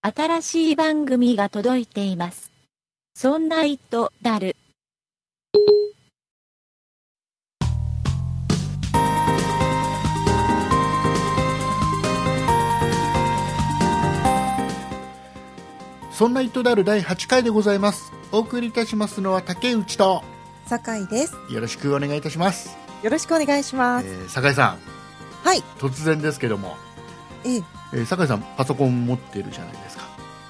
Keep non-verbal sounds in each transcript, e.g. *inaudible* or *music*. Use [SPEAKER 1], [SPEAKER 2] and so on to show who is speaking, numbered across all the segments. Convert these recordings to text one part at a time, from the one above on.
[SPEAKER 1] 新しい番組が届いています。そんな糸だる。
[SPEAKER 2] そんな糸である第8回でございます。お送りいたしますのは竹内と、
[SPEAKER 3] 酒井です。
[SPEAKER 2] よろしくお願いいたします。
[SPEAKER 3] よろしくお願いし
[SPEAKER 2] え
[SPEAKER 3] ます。
[SPEAKER 2] ー、酒井さん、
[SPEAKER 3] はい、
[SPEAKER 2] 突然ですけども、
[SPEAKER 3] ええ、
[SPEAKER 2] えー、酒井さん、パソコン持ってるじゃないですか。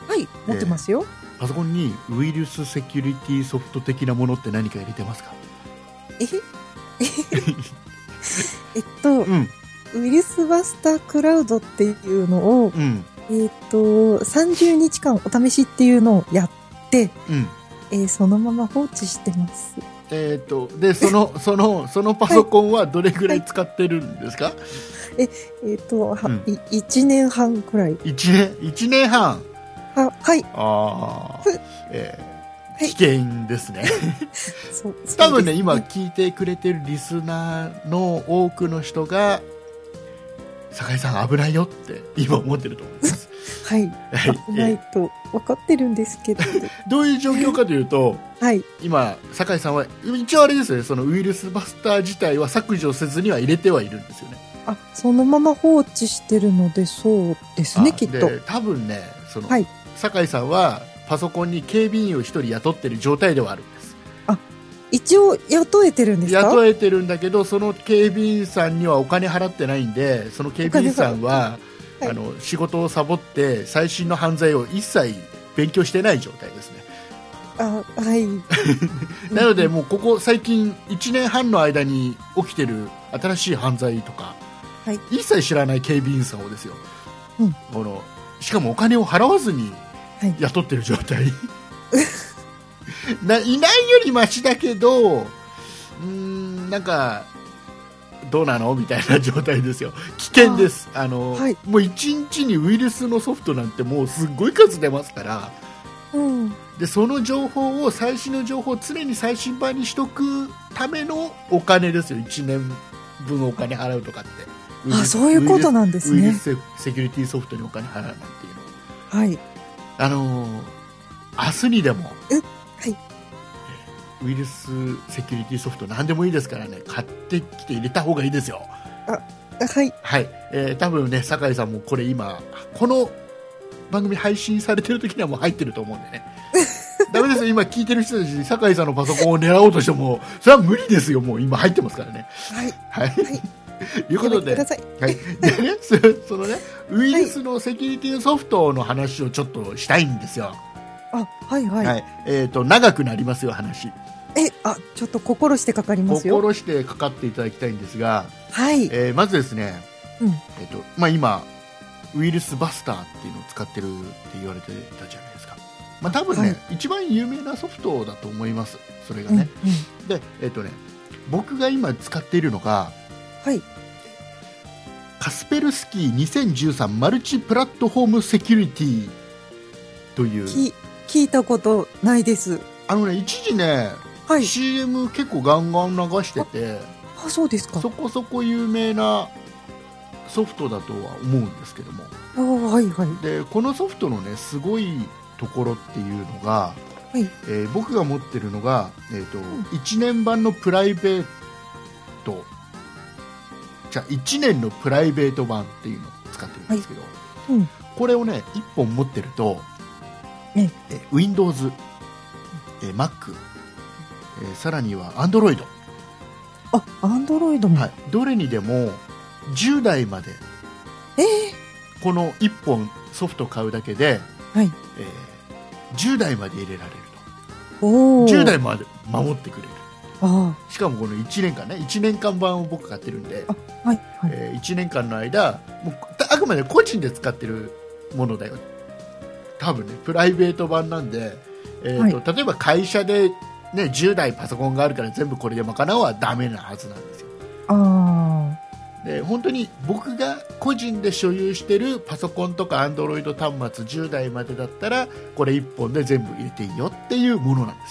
[SPEAKER 3] はい、持ってますよ。
[SPEAKER 2] パソコンにウイルスセキュリティソフト的なものって何か入れてますか
[SPEAKER 3] えへ、 *laughs* えっと、
[SPEAKER 2] うん、
[SPEAKER 3] ウイルスバスタークラウドっていうのを、
[SPEAKER 2] うん、
[SPEAKER 3] えっと、30日間お試しっていうのをやって、
[SPEAKER 2] うん。
[SPEAKER 3] えーそのまま放置してます。
[SPEAKER 2] えー、とでそ *laughs* のそのそのパソコンはどれぐらい使ってるんですか、
[SPEAKER 3] えっと、は
[SPEAKER 2] うん
[SPEAKER 3] い1年半くらい。
[SPEAKER 2] 一1年一年半
[SPEAKER 3] は、はい、
[SPEAKER 2] ああ
[SPEAKER 3] ふ、
[SPEAKER 2] え
[SPEAKER 3] は
[SPEAKER 2] ー、危
[SPEAKER 3] い
[SPEAKER 2] 険ですね
[SPEAKER 3] そう、そう
[SPEAKER 2] 多分ね
[SPEAKER 3] です
[SPEAKER 2] 今聞いてくれてるリスナーの多くの人が酒井さん危ないよ
[SPEAKER 3] *laughs*
[SPEAKER 2] って今思ってると思います、
[SPEAKER 3] はい、
[SPEAKER 2] はい
[SPEAKER 3] 危
[SPEAKER 2] え
[SPEAKER 3] ないと分かってるんですけど、
[SPEAKER 2] ーどういう状況かというと
[SPEAKER 3] はい、
[SPEAKER 2] 今酒井さんは一応あれですよねそのウイルスバスター自体は削除せずには入れてはいるんですよね
[SPEAKER 3] あ、そのまま放置してるので、そうですね、
[SPEAKER 2] あ
[SPEAKER 3] きっと。
[SPEAKER 2] で多分ねその、
[SPEAKER 3] はい
[SPEAKER 2] 酒井さんはパソコンに警備員を一人雇ってる状態ではあるんです
[SPEAKER 3] 一応雇えてるんですか
[SPEAKER 2] 雇えてるんだけどその警備員さんにはお金払ってないんでその警備員さんは、
[SPEAKER 3] お金払って
[SPEAKER 2] あの仕事をサボって最新の犯罪を一切勉強してない状態ですね
[SPEAKER 3] あはい。
[SPEAKER 2] なので
[SPEAKER 3] うん
[SPEAKER 2] もうここ最近1年半の間に起きてる新しい犯罪とか、
[SPEAKER 3] はい
[SPEAKER 2] 一切知らない警備員さんをですよ、
[SPEAKER 3] うん
[SPEAKER 2] このしかもお金を払わずに
[SPEAKER 3] はい
[SPEAKER 2] 雇ってる状
[SPEAKER 3] *laughs*
[SPEAKER 2] 態、ないないよりマシだけどうーんなんかどうなのみたいな状態ですよ危険ですあの、
[SPEAKER 3] はい
[SPEAKER 2] もう1日にウイルスのソフトなんてもうすっごい数出ますから
[SPEAKER 3] うん。
[SPEAKER 2] でその情報を最新の情報を常に最新版にしとくためのお金ですよ1年分お金払うとかってウイル
[SPEAKER 3] あ、
[SPEAKER 2] ス
[SPEAKER 3] そういうことなんで
[SPEAKER 2] ウイルス
[SPEAKER 3] す
[SPEAKER 2] ウイル
[SPEAKER 3] ね。
[SPEAKER 2] スセキュリティソフトにお金払うなんていうの
[SPEAKER 3] はい。
[SPEAKER 2] あのー明日にでも
[SPEAKER 3] えはい
[SPEAKER 2] ウイルスセキュリティソフト何でもいいですからね買ってきて入れた方がいいですよ
[SPEAKER 3] あはい。
[SPEAKER 2] はい、えー多分ね酒井さんもこれ今この番組配信されてる時にはもう入ってると思うんで
[SPEAKER 3] *laughs*
[SPEAKER 2] ねダメですよ今聞いてる人たち酒井さんのパソコンを狙おうとしてもそれは無理ですよもう今入ってますからね
[SPEAKER 3] はい。
[SPEAKER 2] はい、 *laughs* という
[SPEAKER 3] や
[SPEAKER 2] こ
[SPEAKER 3] め
[SPEAKER 2] と
[SPEAKER 3] てく
[SPEAKER 2] で
[SPEAKER 3] ださい。
[SPEAKER 2] はい、でねそそのねウイルスのセキュリティソフトの話をちょっとしたいんですよ、
[SPEAKER 3] あ、はいはい。
[SPEAKER 2] はいえー、と長くなりますよ話
[SPEAKER 3] え、あ、ちょっと心してかかりますよ。
[SPEAKER 2] 心してかかっていただきたいんですが、
[SPEAKER 3] はい。
[SPEAKER 2] えーまずですね、
[SPEAKER 3] うん
[SPEAKER 2] えっとまあ、今ウイルスバスターっていうのを使ってるって言われてたじゃないですか、まあ、多分ね、
[SPEAKER 3] はい
[SPEAKER 2] 一番有名なソフトだと思いますそれが
[SPEAKER 3] うんうん
[SPEAKER 2] ね、。でえっとね僕が今使っているのが
[SPEAKER 3] はい。
[SPEAKER 2] カスペルスキー2013マルチプラットフォームセキュリティという
[SPEAKER 3] き、聞いたことないです。
[SPEAKER 2] あのね一時ね、
[SPEAKER 3] はい。
[SPEAKER 2] CM 結構ガンガン流してて
[SPEAKER 3] あ、そうですか。
[SPEAKER 2] そこそこ有名なソフトだとは思うんですけども
[SPEAKER 3] あ、はいはい。
[SPEAKER 2] でこのソフトのねすごいところっていうのが、
[SPEAKER 3] はい
[SPEAKER 2] えー僕が持ってるのが、えーと
[SPEAKER 3] ん
[SPEAKER 2] 1年版のプライベートじゃあ1年のプライベート版っていうのを使ってるんですけど、
[SPEAKER 3] いうん
[SPEAKER 2] これをね1本持ってると、
[SPEAKER 3] ね
[SPEAKER 2] えー Windows、えー Mac、えーさらには Android、
[SPEAKER 3] あ、アンドロイドも。
[SPEAKER 2] はい、どれにでも10代まで
[SPEAKER 3] え
[SPEAKER 2] この1本ソフト買うだけで、
[SPEAKER 3] はい
[SPEAKER 2] えー10代まで入れられる
[SPEAKER 3] ー、
[SPEAKER 2] と
[SPEAKER 3] おお。
[SPEAKER 2] 10代まで守ってくれる
[SPEAKER 3] あ
[SPEAKER 2] しかもこの1年間ね1年間版を僕買ってるんで、
[SPEAKER 3] ー、はいはい。
[SPEAKER 2] え1年間の間もうあくまで個人で使ってるものだよ多分ねプライベート版なんで、えーと例えば会社で、ね、10台パソコンがあるから全部これで賄うはダメなはずなんですよ
[SPEAKER 3] あ
[SPEAKER 2] で本当に僕が個人で所有してるパソコンとかアンドロイド端末10台までだったらこれ1本で全部入れていいよっていうものなんで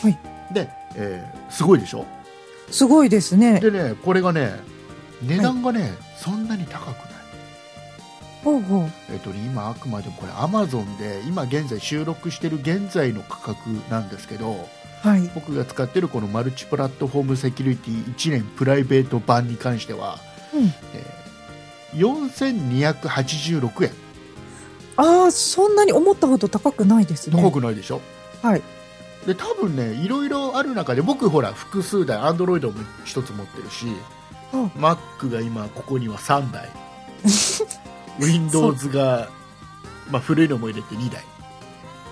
[SPEAKER 2] すよ、で、えーすごいでしょ
[SPEAKER 3] ー、すごいですね。
[SPEAKER 2] でねこれがね値段がね、そんなに高くない
[SPEAKER 3] ほうほう。
[SPEAKER 2] えっとね、今あくまでもこれアマゾンで今現在収録してる現在の価格なんですけど
[SPEAKER 3] はい。
[SPEAKER 2] 僕が使ってるこのマルチプラットフォームセキュリティ1年プライベート版に関しては、
[SPEAKER 3] うん
[SPEAKER 2] えー4286円
[SPEAKER 3] ああ、そんなに思ったほど高くないですね。
[SPEAKER 2] 高くないでしょ、
[SPEAKER 3] はい。
[SPEAKER 2] で多分ねいろいろある中で僕ほら複数台アンドロイドも一つ持ってるし、
[SPEAKER 3] うん
[SPEAKER 2] Mac が今ここには3台
[SPEAKER 3] *laughs*
[SPEAKER 2] Windows が、まあ、古いのも入れて2台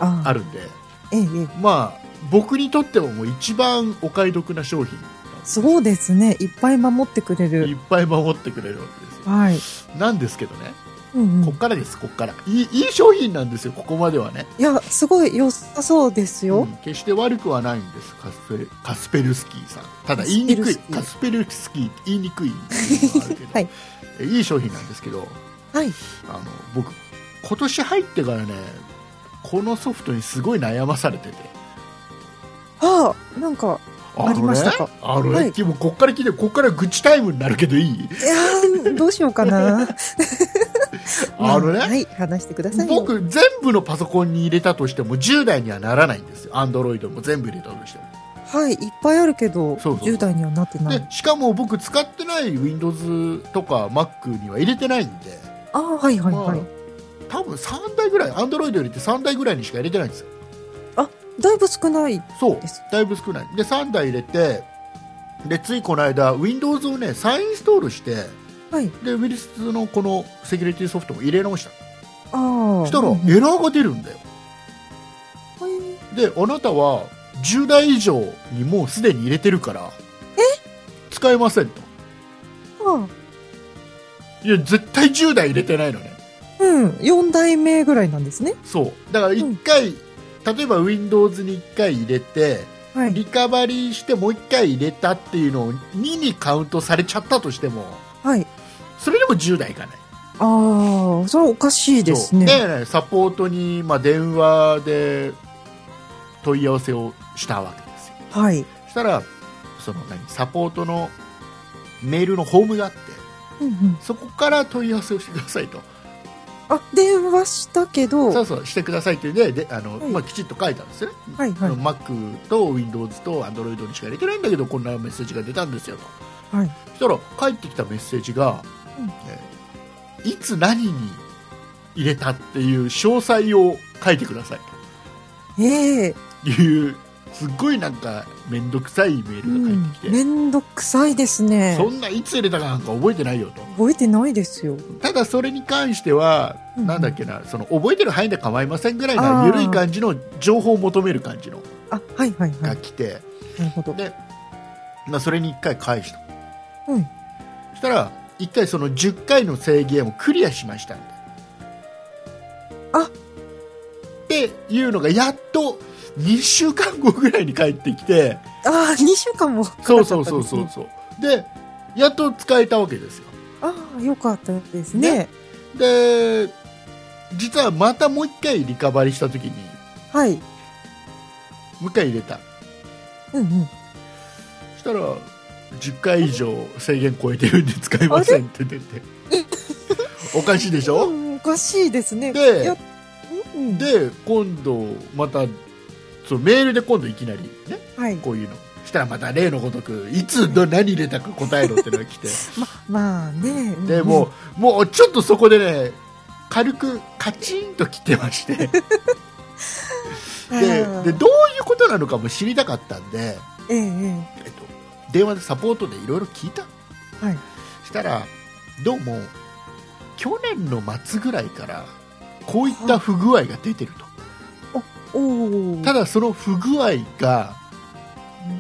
[SPEAKER 3] ああ
[SPEAKER 2] あるんで、
[SPEAKER 3] ええ、ええ。
[SPEAKER 2] まあ僕にとってはもう一番お買い得な商品
[SPEAKER 3] そうですね。いっぱい守ってくれ
[SPEAKER 2] いっ
[SPEAKER 3] る。
[SPEAKER 2] ぱい守ってくれるわけですよ
[SPEAKER 3] はい。
[SPEAKER 2] なんですけどね
[SPEAKER 3] うんう
[SPEAKER 2] こ
[SPEAKER 3] ん
[SPEAKER 2] っ。からですこっからいいいい商品なんですよここまではね、
[SPEAKER 3] いや、すごい良さそうです
[SPEAKER 2] う
[SPEAKER 3] よ。
[SPEAKER 2] ん決して悪くはないんですカスペルカスペルスキーさんただ言いにくいカ
[SPEAKER 3] カ
[SPEAKER 2] スペルスキーって言いにくいっていうのがあるけど、
[SPEAKER 3] *laughs* はい
[SPEAKER 2] えいい商品なんですけど
[SPEAKER 3] はい。
[SPEAKER 2] あの僕今年入ってからねこのソフトにすごい悩まされてて
[SPEAKER 3] ああ、なんか、ありましたか
[SPEAKER 2] あのね、
[SPEAKER 3] はい
[SPEAKER 2] でもこっから来てこっから愚痴タイムになるけどいい
[SPEAKER 3] いやーどうしようかな。
[SPEAKER 2] *laughs* あのね、
[SPEAKER 3] はい、話してくださいよ。
[SPEAKER 2] 僕全部のパソコンに入れたとしても10代にはならないんですよアンドロイドも全部入れたとしても
[SPEAKER 3] はい、いっぱいあるけど、
[SPEAKER 2] そうそう
[SPEAKER 3] 10代にはなってない。
[SPEAKER 2] でしかも僕使ってない Windows とか Mac には入れてないんで、
[SPEAKER 3] ああ、はいはいはい。
[SPEAKER 2] まあ、多分3台ぐらいアンドロイド入れて3台ぐらいにしか入れてないんですよ
[SPEAKER 3] だいぶ少ない。
[SPEAKER 2] そう
[SPEAKER 3] です
[SPEAKER 2] だいぶ少ないで3台入れてでついこの間 Windows をね再インストールして
[SPEAKER 3] はい。
[SPEAKER 2] でウィルスのこのセキュリティソフトも入れ直した
[SPEAKER 3] ああ。
[SPEAKER 2] したら
[SPEAKER 3] う
[SPEAKER 2] エ
[SPEAKER 3] んはい
[SPEAKER 2] ラーが出るんだよであなたは10代以上にもうすでに入れてるから使えませんと
[SPEAKER 3] あ
[SPEAKER 2] いや絶対10代入れてないのね
[SPEAKER 3] あうん、4代目ぐらいなんですね。
[SPEAKER 2] そうだから1回、例えば Windows に1回入れて
[SPEAKER 3] はい。
[SPEAKER 2] リカバリーしてもう1回入れたっていうのを2にカウントされちゃったとしても
[SPEAKER 3] はい。
[SPEAKER 2] それでも10代いかない
[SPEAKER 3] ああ、それはおかしいですね。
[SPEAKER 2] そうでサポートに、まあ、電話で問い合わせをしたわけですよ
[SPEAKER 3] はい。
[SPEAKER 2] そしたらその何サポートのメールのホームがあって
[SPEAKER 3] うんうん。
[SPEAKER 2] そこから問い合わせをしてくださいと
[SPEAKER 3] あ、電話したけど、
[SPEAKER 2] そう
[SPEAKER 3] は
[SPEAKER 2] そうしてくださいというんでであの、
[SPEAKER 3] はい
[SPEAKER 2] まあ、きちっと書いたんですよね、
[SPEAKER 3] いはい。
[SPEAKER 2] マッ Mac と Windows と Android にしか入れてないんだけどこんなメッセージが出たんですよと
[SPEAKER 3] はい。
[SPEAKER 2] そしたら返ってきたメッセージが、
[SPEAKER 3] うん
[SPEAKER 2] えーいつ何に入れたっていう詳細を書いてください
[SPEAKER 3] ええ
[SPEAKER 2] というすっごいなんか面倒くさいメール
[SPEAKER 3] う
[SPEAKER 2] が返
[SPEAKER 3] ん
[SPEAKER 2] ってきて、
[SPEAKER 3] めんどくさいですね。
[SPEAKER 2] そんないつ入れたかなんか覚えてないよと
[SPEAKER 3] 覚えてないですよ。
[SPEAKER 2] ただそれに関しては、
[SPEAKER 3] うん
[SPEAKER 2] なんだっけなその覚えてる範囲で構いませんぐらい
[SPEAKER 3] あ
[SPEAKER 2] な
[SPEAKER 3] ー
[SPEAKER 2] 緩い感じの情報を求める感じの
[SPEAKER 3] あ、はいはいは
[SPEAKER 2] が
[SPEAKER 3] い。
[SPEAKER 2] 来て、
[SPEAKER 3] なるほど。
[SPEAKER 2] で、まあ、それに1回返した
[SPEAKER 3] うん。
[SPEAKER 2] そしたら1回その10回の制限をクリアしましたんで
[SPEAKER 3] あ
[SPEAKER 2] っていうのがやっと2週間後ぐらいに帰ってきて
[SPEAKER 3] ああ、2週間もかかっちゃ
[SPEAKER 2] そ
[SPEAKER 3] ったん
[SPEAKER 2] う
[SPEAKER 3] です
[SPEAKER 2] そ
[SPEAKER 3] ね
[SPEAKER 2] うそうそうそう *laughs* でやっと使えたわけですよ
[SPEAKER 3] ああ、よかったですね。
[SPEAKER 2] で実はまたもう1回リカバリした時に
[SPEAKER 3] はい。
[SPEAKER 2] もう1回入れた
[SPEAKER 3] うんうん。
[SPEAKER 2] そしたら10回以上制限超えてるんで使いませんって出ておかしいでしょ
[SPEAKER 3] うんおかしいですね。
[SPEAKER 2] で
[SPEAKER 3] いや、うん、
[SPEAKER 2] で今度またそうメールで今度いきなりね
[SPEAKER 3] はい。
[SPEAKER 2] こういうのしたらまた例のごとくいつど何入れたか答えろってのが来て
[SPEAKER 3] ま、まあね。
[SPEAKER 2] で
[SPEAKER 3] うん
[SPEAKER 2] もうもうちょっとそこでね軽くカチンと来てましてで
[SPEAKER 3] あー
[SPEAKER 2] でどういうことなのかも知りたかったんで、
[SPEAKER 3] えええ
[SPEAKER 2] えっと、電話でサポートでいろいろ聞いた
[SPEAKER 3] えはい。
[SPEAKER 2] したらどうも去年の末ぐらいからこういった不具合が出てると。
[SPEAKER 3] おお。
[SPEAKER 2] ただその不具合が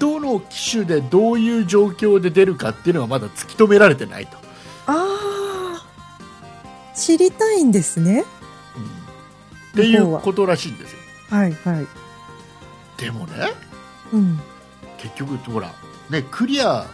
[SPEAKER 2] どの機種でどういう状況で出るかっていうのがまだ突き止められてないと、
[SPEAKER 3] ああ。知りたいんですね。
[SPEAKER 2] うんっていうことらしいんですよ
[SPEAKER 3] はいはい。
[SPEAKER 2] でもね
[SPEAKER 3] うん。
[SPEAKER 2] 結局ほらねクリア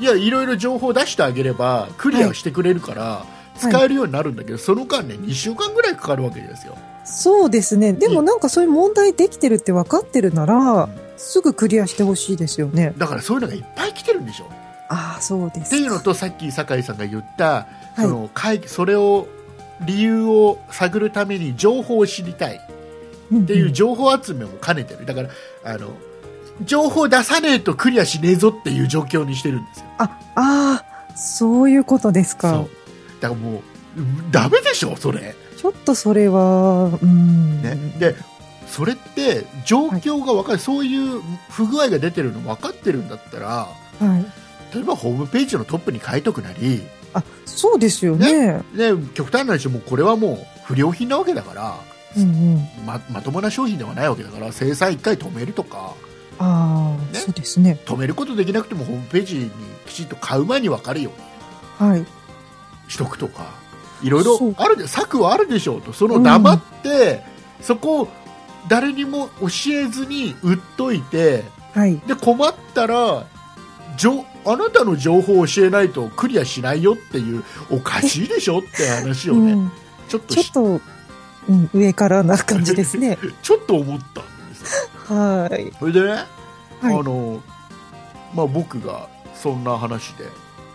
[SPEAKER 2] いやいろいろ情報出してあげればクリアしてくれるから、使えるようになるんだけど、その間ね2週間ぐらいかかるわけですよ
[SPEAKER 3] そうですね。でもなんかそういう問題できてるって分かってるなら、すぐクリアしてほしいですよね。
[SPEAKER 2] だからそういうのがいっぱい来てるんでしょ
[SPEAKER 3] ああ、そうで
[SPEAKER 2] っ
[SPEAKER 3] す
[SPEAKER 2] て
[SPEAKER 3] か。
[SPEAKER 2] いうのとさっき酒井さんが言った
[SPEAKER 3] はい
[SPEAKER 2] その会それを理由を探るために情報を知りたいっていう情報集めも兼ねてるだからあの情報出さねえとクリアしねえぞっていう状況にしてるんですよ
[SPEAKER 3] あ、ああ、そういうことです
[SPEAKER 2] そ
[SPEAKER 3] か
[SPEAKER 2] う。だからもうダメでしょそれ
[SPEAKER 3] ちょっとそれは、うん。
[SPEAKER 2] ね、でそれって状況が分かる、そういう不具合が出てるの分かってるんだったら
[SPEAKER 3] はい。
[SPEAKER 2] 例えばホームページのトップに書いとくなり、
[SPEAKER 3] あ、そうですよね。
[SPEAKER 2] ね、極端な話もうこれはもう不良品なわけだから
[SPEAKER 3] うんうん。
[SPEAKER 2] ままともな商品ではないわけだから生産1回止めるとか
[SPEAKER 3] ああ、
[SPEAKER 2] ね
[SPEAKER 3] そうですね。
[SPEAKER 2] 止めることできなくてもホームページにきちっと買う前に分かるよう
[SPEAKER 3] はい。
[SPEAKER 2] にしとくとかいろいろ
[SPEAKER 3] そう
[SPEAKER 2] あるで策はあるでしょうとその
[SPEAKER 3] うん
[SPEAKER 2] 黙って、そこを誰にも教えずに売っといて
[SPEAKER 3] はい。
[SPEAKER 2] で困ったら情あなたの情報を教えないとクリアしないよっていうおかしいでしょって話をね、
[SPEAKER 3] うん、
[SPEAKER 2] ちょっと
[SPEAKER 3] ちょ
[SPEAKER 2] し
[SPEAKER 3] っと、うん、上からな感じで
[SPEAKER 2] *laughs*
[SPEAKER 3] すね。
[SPEAKER 2] ちょっと思ったんです
[SPEAKER 3] はい。
[SPEAKER 2] それでね、
[SPEAKER 3] はい
[SPEAKER 2] あのまあ、僕がそんな話で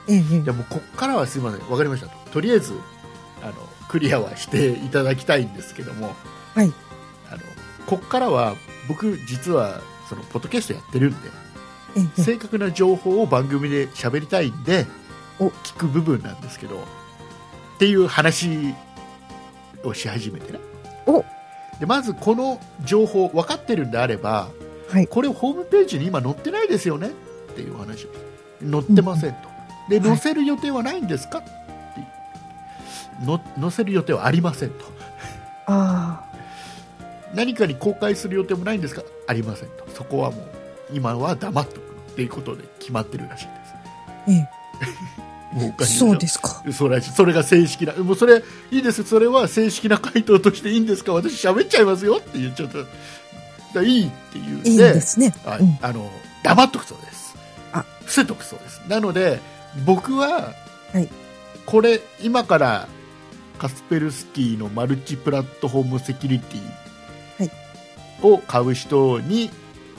[SPEAKER 3] えええ
[SPEAKER 2] いやもうこっからはすいませんわかりましたととりあえずあのクリアはしていただきたいんですけども、
[SPEAKER 3] はい
[SPEAKER 2] あのこっからは僕実はそのポッドキャストやってるんで
[SPEAKER 3] えええ
[SPEAKER 2] 正確な情報を番組で喋りたいんで
[SPEAKER 3] お
[SPEAKER 2] 聞く部分なんですけどっていう話をし始めてね
[SPEAKER 3] お
[SPEAKER 2] でまずこの情報分かってるんであれば
[SPEAKER 3] はい。
[SPEAKER 2] これホームページに今載ってないですよねっていう話を載ってませんと、で
[SPEAKER 3] はい
[SPEAKER 2] 載せる予定はないんですかっての載せる予定はありませんと
[SPEAKER 3] あ
[SPEAKER 2] 何かに公開する予定もないんですかありませんとそこはもう今は黙っとくっていうことで決まってるらしい
[SPEAKER 3] あ、え
[SPEAKER 2] ですもうお
[SPEAKER 3] え
[SPEAKER 2] かしい
[SPEAKER 3] そう
[SPEAKER 2] で
[SPEAKER 3] で
[SPEAKER 2] し
[SPEAKER 3] すか。
[SPEAKER 2] ょそうらしいそれが正式なもうそれいいですそれは正式な回答としていいんですか私喋っちゃいますよって言っちゃっただからいいって言うん
[SPEAKER 3] いいんですね。
[SPEAKER 2] はい
[SPEAKER 3] うん
[SPEAKER 2] あの黙っとくそうです
[SPEAKER 3] あ
[SPEAKER 2] 伏せとくそうですなので僕は、
[SPEAKER 3] はい
[SPEAKER 2] これ今からカスペルスキーのマルチプラットフォームセキュリテ
[SPEAKER 3] はい
[SPEAKER 2] ィを買う人に、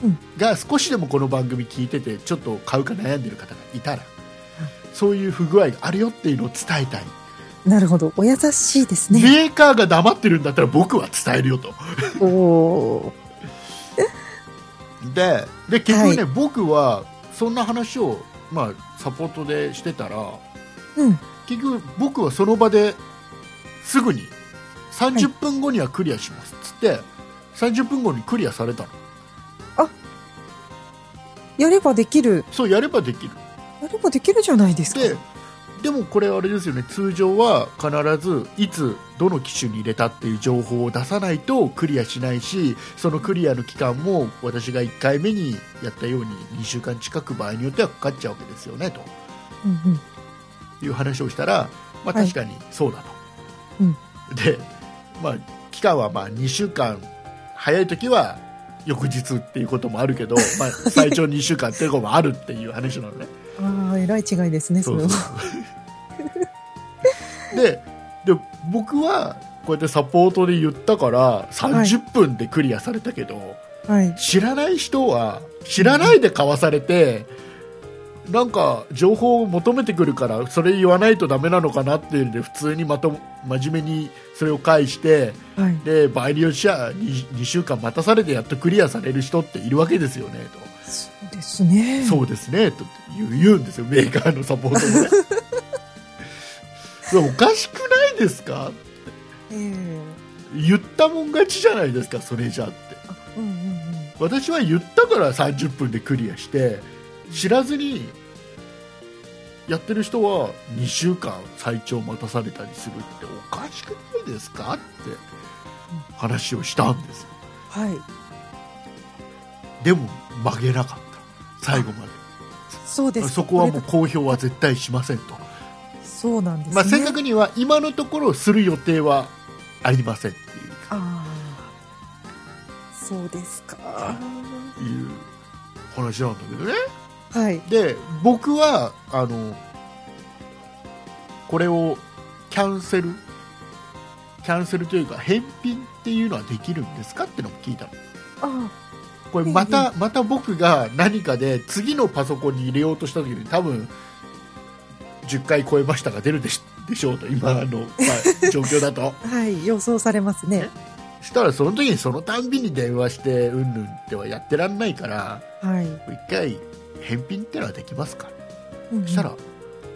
[SPEAKER 3] うん
[SPEAKER 2] が少しでもこの番組聞いててちょっと買うか悩んでる方がいたら、そういう不具合があるよっていうのを伝えたい、
[SPEAKER 3] なるほど。お優しいですね。
[SPEAKER 2] メーカーが黙ってるんだったら僕は伝えるよと
[SPEAKER 3] おお
[SPEAKER 2] でで結局ね、
[SPEAKER 3] は
[SPEAKER 2] 僕はそんな話を、まあ、サポートでしてたら
[SPEAKER 3] ー。うん。
[SPEAKER 2] 結局僕はその場ですぐに30分後にはクリアしますっつって、30分後にクリアされたの
[SPEAKER 3] やればできる。
[SPEAKER 2] そうやればできる
[SPEAKER 3] やればできるじゃないですか。
[SPEAKER 2] ででもこれあれですよね通常は必ずいつどの機種に入れたっていう情報を出さないとクリアしないしそのクリアの期間も私が1回目にやったように2週間近く場合によってはかかっちゃうわけですよねと。
[SPEAKER 3] うんうん。
[SPEAKER 2] いう話をしたら、まあ、
[SPEAKER 3] はい
[SPEAKER 2] 確かにそうだと、
[SPEAKER 3] うん
[SPEAKER 2] で、まあ、期間はまあ2週間早い時は翌日っていうこともあるけど、
[SPEAKER 3] *laughs*
[SPEAKER 2] まあ、最長2週間っていうこともあるっていう話なのね
[SPEAKER 3] ああ、えらい違いですね、 *laughs* それは。
[SPEAKER 2] うでで僕はこうやってサポートで言ったから30分でクリアされたけど、
[SPEAKER 3] はい。
[SPEAKER 2] 知らない人は知らないで買わされて、なんか情報を求めてくるからそれ言わないとダメなのかなっていうんで普通にまとも真面目にそれを返して
[SPEAKER 3] はい。
[SPEAKER 2] で場合によっちゃ 2, 週間待たされてやっとクリアされる人っているわけですよね
[SPEAKER 3] そうですね。
[SPEAKER 2] と、そうですねと言う言うんですよメーカーのサポートもね *laughs* それおかしくないですか
[SPEAKER 3] ええ
[SPEAKER 2] 言ったもん勝ちじゃないですかそれじゃって
[SPEAKER 3] うんうんうん。
[SPEAKER 2] 私は言ったから30分でクリアして知らずにやってる人は2週間最長待たされたりするっておかしくないですかって話をしたんです
[SPEAKER 3] はい。
[SPEAKER 2] でも曲げなかった最後まで
[SPEAKER 3] そうです。
[SPEAKER 2] そこはもう
[SPEAKER 3] れ
[SPEAKER 2] 公表は絶対しませんと、
[SPEAKER 3] そうなんですね。
[SPEAKER 2] まあ、正確には今のところする予定はありませんっていう
[SPEAKER 3] ああ。そうですか。
[SPEAKER 2] いう話なんだけどね
[SPEAKER 3] はい。
[SPEAKER 2] で僕はあのこれをキャンセルキャンセルというか返品っていうのはできるんですかってのも聞いたの
[SPEAKER 3] あ
[SPEAKER 2] これまたまた僕が何かで次のパソコンに入れようとした時に多分10回超えましたが出るでしでしょうと今の、まあ、状況だと
[SPEAKER 3] はい、予想されますね。
[SPEAKER 2] したらその時にそのたんびに電話してうんぬんってはやってらんないから
[SPEAKER 3] はい。
[SPEAKER 2] 一回返品ってのはできますか
[SPEAKER 3] うんうん
[SPEAKER 2] そしたら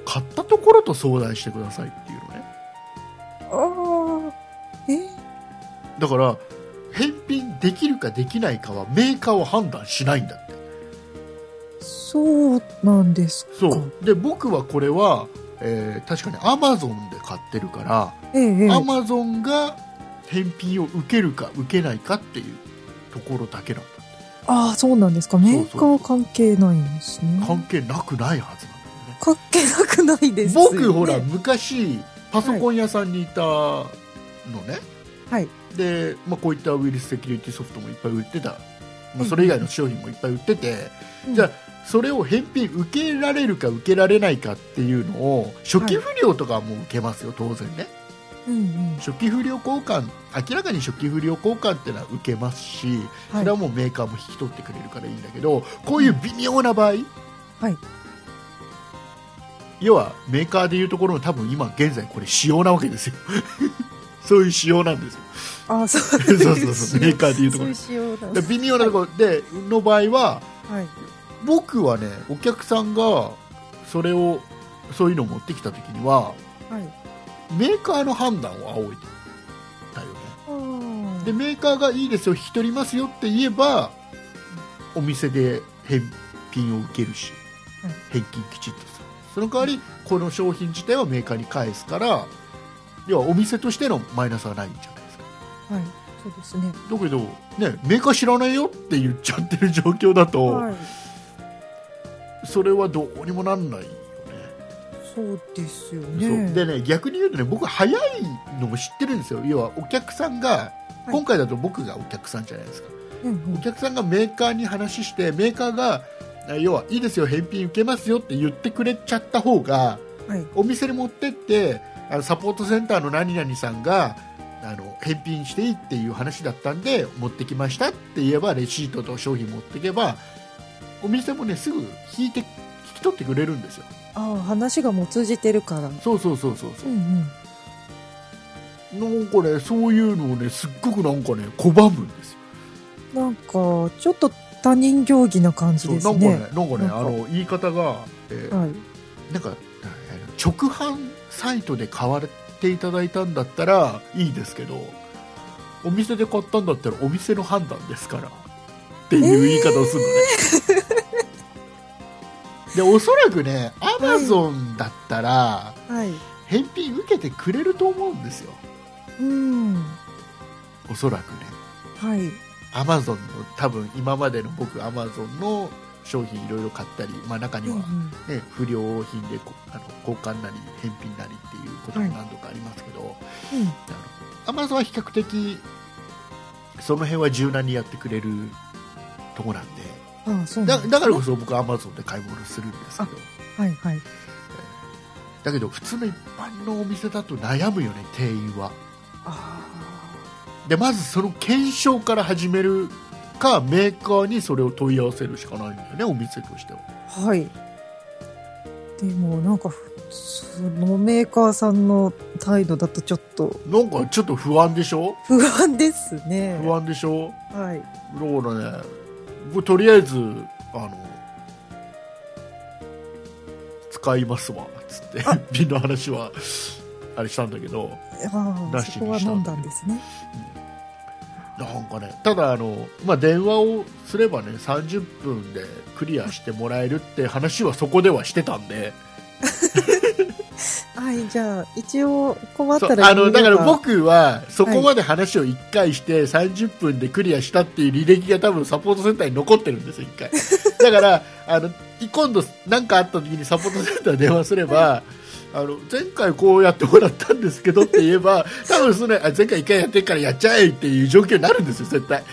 [SPEAKER 2] 買ったところと相談してくださいっていうのね
[SPEAKER 3] ああ、え、
[SPEAKER 2] だから返品できるかできないかはメーカーを判断しないんだって
[SPEAKER 3] そうなんですか。
[SPEAKER 2] そうで僕はこれは、えー確かにアマゾンで買ってるから
[SPEAKER 3] ええ。ええ
[SPEAKER 2] アマゾンが返品を受けるか受けないかっていうところだけなんだ
[SPEAKER 3] ああ、そうなんですか。メーカーは関係ないんですね。
[SPEAKER 2] 関係なくないはずなんだよね
[SPEAKER 3] 関係なくないですよね。
[SPEAKER 2] 僕ほら昔パソコン屋さんにいたのね、
[SPEAKER 3] はい
[SPEAKER 2] で、まあ、こういったウイルスセキュリティソフトもいっぱい売ってた、まあ、それ以外の商品もいっぱい売ってて、
[SPEAKER 3] うん、
[SPEAKER 2] じゃあそれを返品受けられるか受けられないかっていうのを初期不良とかはもう受けますよ当然ね
[SPEAKER 3] うんうん。
[SPEAKER 2] 初期不良交換明らかに初期不良交換っていうのは受けますしそ
[SPEAKER 3] はい
[SPEAKER 2] れは。もうメーカーも引き取ってくれるからいいんだけどこういう微妙な場合、
[SPEAKER 3] はい
[SPEAKER 2] 要はメーカーでいうところの多分今現在これ仕様なわけですよ *laughs* そういう仕様なんですよ *laughs*
[SPEAKER 3] ああ、そう
[SPEAKER 2] そうそう
[SPEAKER 3] *laughs*
[SPEAKER 2] そうメーカーでいうところ
[SPEAKER 3] そういう仕様なん
[SPEAKER 2] で
[SPEAKER 3] だ
[SPEAKER 2] 微妙なところでの場合は
[SPEAKER 3] はい。
[SPEAKER 2] 僕はねお客さんがそれをそういうのを持ってきた時には
[SPEAKER 3] はい。
[SPEAKER 2] メーカーの判断を仰いだよね
[SPEAKER 3] あー
[SPEAKER 2] でメーカーがいいですよ引き取りますよって言えばお店で返品を受けるし、
[SPEAKER 3] うん
[SPEAKER 2] 返金きちっとするその代わりこの商品自体はメーカーに返すから要はお店としてのマイナスはないんじゃないですか
[SPEAKER 3] はい。そうですね。
[SPEAKER 2] だけど、ね、メーカー知らないよって言っちゃってる状況だと、
[SPEAKER 3] はい。
[SPEAKER 2] それはどうにもなんないよ
[SPEAKER 3] そうですよ
[SPEAKER 2] ねそう
[SPEAKER 3] ね。
[SPEAKER 2] でね逆に言うとね僕早いのも知ってるんですよ要はお客さんが、
[SPEAKER 3] い
[SPEAKER 2] 今回だと僕がお客さんじゃないですか
[SPEAKER 3] うんうん
[SPEAKER 2] お客さんがメーカーに話してメーカーがえ要はいいですよ返品受けますよって言ってくれちゃった方が
[SPEAKER 3] はい。
[SPEAKER 2] お店に持ってってあのサポートセンターの何々さんがあの返品していいっていう話だったんで持ってきましたって言えばレシートと商品持ってけばお店もねすぐ引いて引き取ってくれるんですよ
[SPEAKER 3] ああ、話がもう通じてるから。
[SPEAKER 2] そうそうそうそうそ
[SPEAKER 3] うんうん。
[SPEAKER 2] うなんかねそういうのをねすっごくなんかね拒むんですよ
[SPEAKER 3] なんか、ちょっと他人行儀な感じ
[SPEAKER 2] そう
[SPEAKER 3] で
[SPEAKER 2] な
[SPEAKER 3] す
[SPEAKER 2] んかね
[SPEAKER 3] ね。
[SPEAKER 2] なんかね
[SPEAKER 3] なんか
[SPEAKER 2] あの言い方が、えー
[SPEAKER 3] はい。
[SPEAKER 2] なんかえー直販サイトで買われていただいたんだったらいいですけどお店で買ったんだったらお店の判断ですからっていう言い方をするのね、でおそらくねアマゾンだったら
[SPEAKER 3] はい。
[SPEAKER 2] 返品受けてくれると思うんですよ
[SPEAKER 3] うん。
[SPEAKER 2] おそらくね
[SPEAKER 3] はい。
[SPEAKER 2] アマゾンの多分今までの僕アマゾンの商品いろいろ買ったり、まあ、中に
[SPEAKER 3] うんう
[SPEAKER 2] は
[SPEAKER 3] ん
[SPEAKER 2] ね、不良品でこあの交換なり返品なりっていうことも何度かありますけど、
[SPEAKER 3] うん
[SPEAKER 2] アマゾンは比較的その辺は柔軟にやってくれるとこなんで
[SPEAKER 3] ああ、そうな
[SPEAKER 2] だ
[SPEAKER 3] んですね
[SPEAKER 2] だからこそ僕アマゾンで買い物するんですけど
[SPEAKER 3] はいはい。
[SPEAKER 2] だけど普通の一般のお店だと悩むよね店員は
[SPEAKER 3] あ
[SPEAKER 2] でまずその検証から始めるかメーカーにそれを問い合わせるしかないんだよねお店としては
[SPEAKER 3] あ、はい。でも、なんか、ふそのメーカーさんの態度だとちょっと
[SPEAKER 2] なんかちょっと不安でしょ
[SPEAKER 3] 不安ですね。
[SPEAKER 2] 不安でしょ
[SPEAKER 3] はい。
[SPEAKER 2] だからね僕とりあえずあの使いますわっつって瓶の話はあれしたんだけど
[SPEAKER 3] あ
[SPEAKER 2] な
[SPEAKER 3] あ、
[SPEAKER 2] しにした
[SPEAKER 3] そこは飲んだんですね。
[SPEAKER 2] なんかねただあの、まあ、電話をすればね30分でクリアしてもらえるって話はそこではしてたんで
[SPEAKER 3] はい、じゃあ、一応困っ
[SPEAKER 2] そ
[SPEAKER 3] た
[SPEAKER 2] う
[SPEAKER 3] ら
[SPEAKER 2] あのだから
[SPEAKER 3] 言えば
[SPEAKER 2] 僕はそこまで話を1回して30分でクリアしたっていう履歴が多分サポートセンターに残ってるんですよ、1回。 *laughs* だから、あの今度何かあった時にサポートセンターに電話すれば、あの前回こうやってもらったんですけどって言え *laughs* ば、多分それあ前回1回やってるからやっちゃえっていう状況になるんですよ、絶対。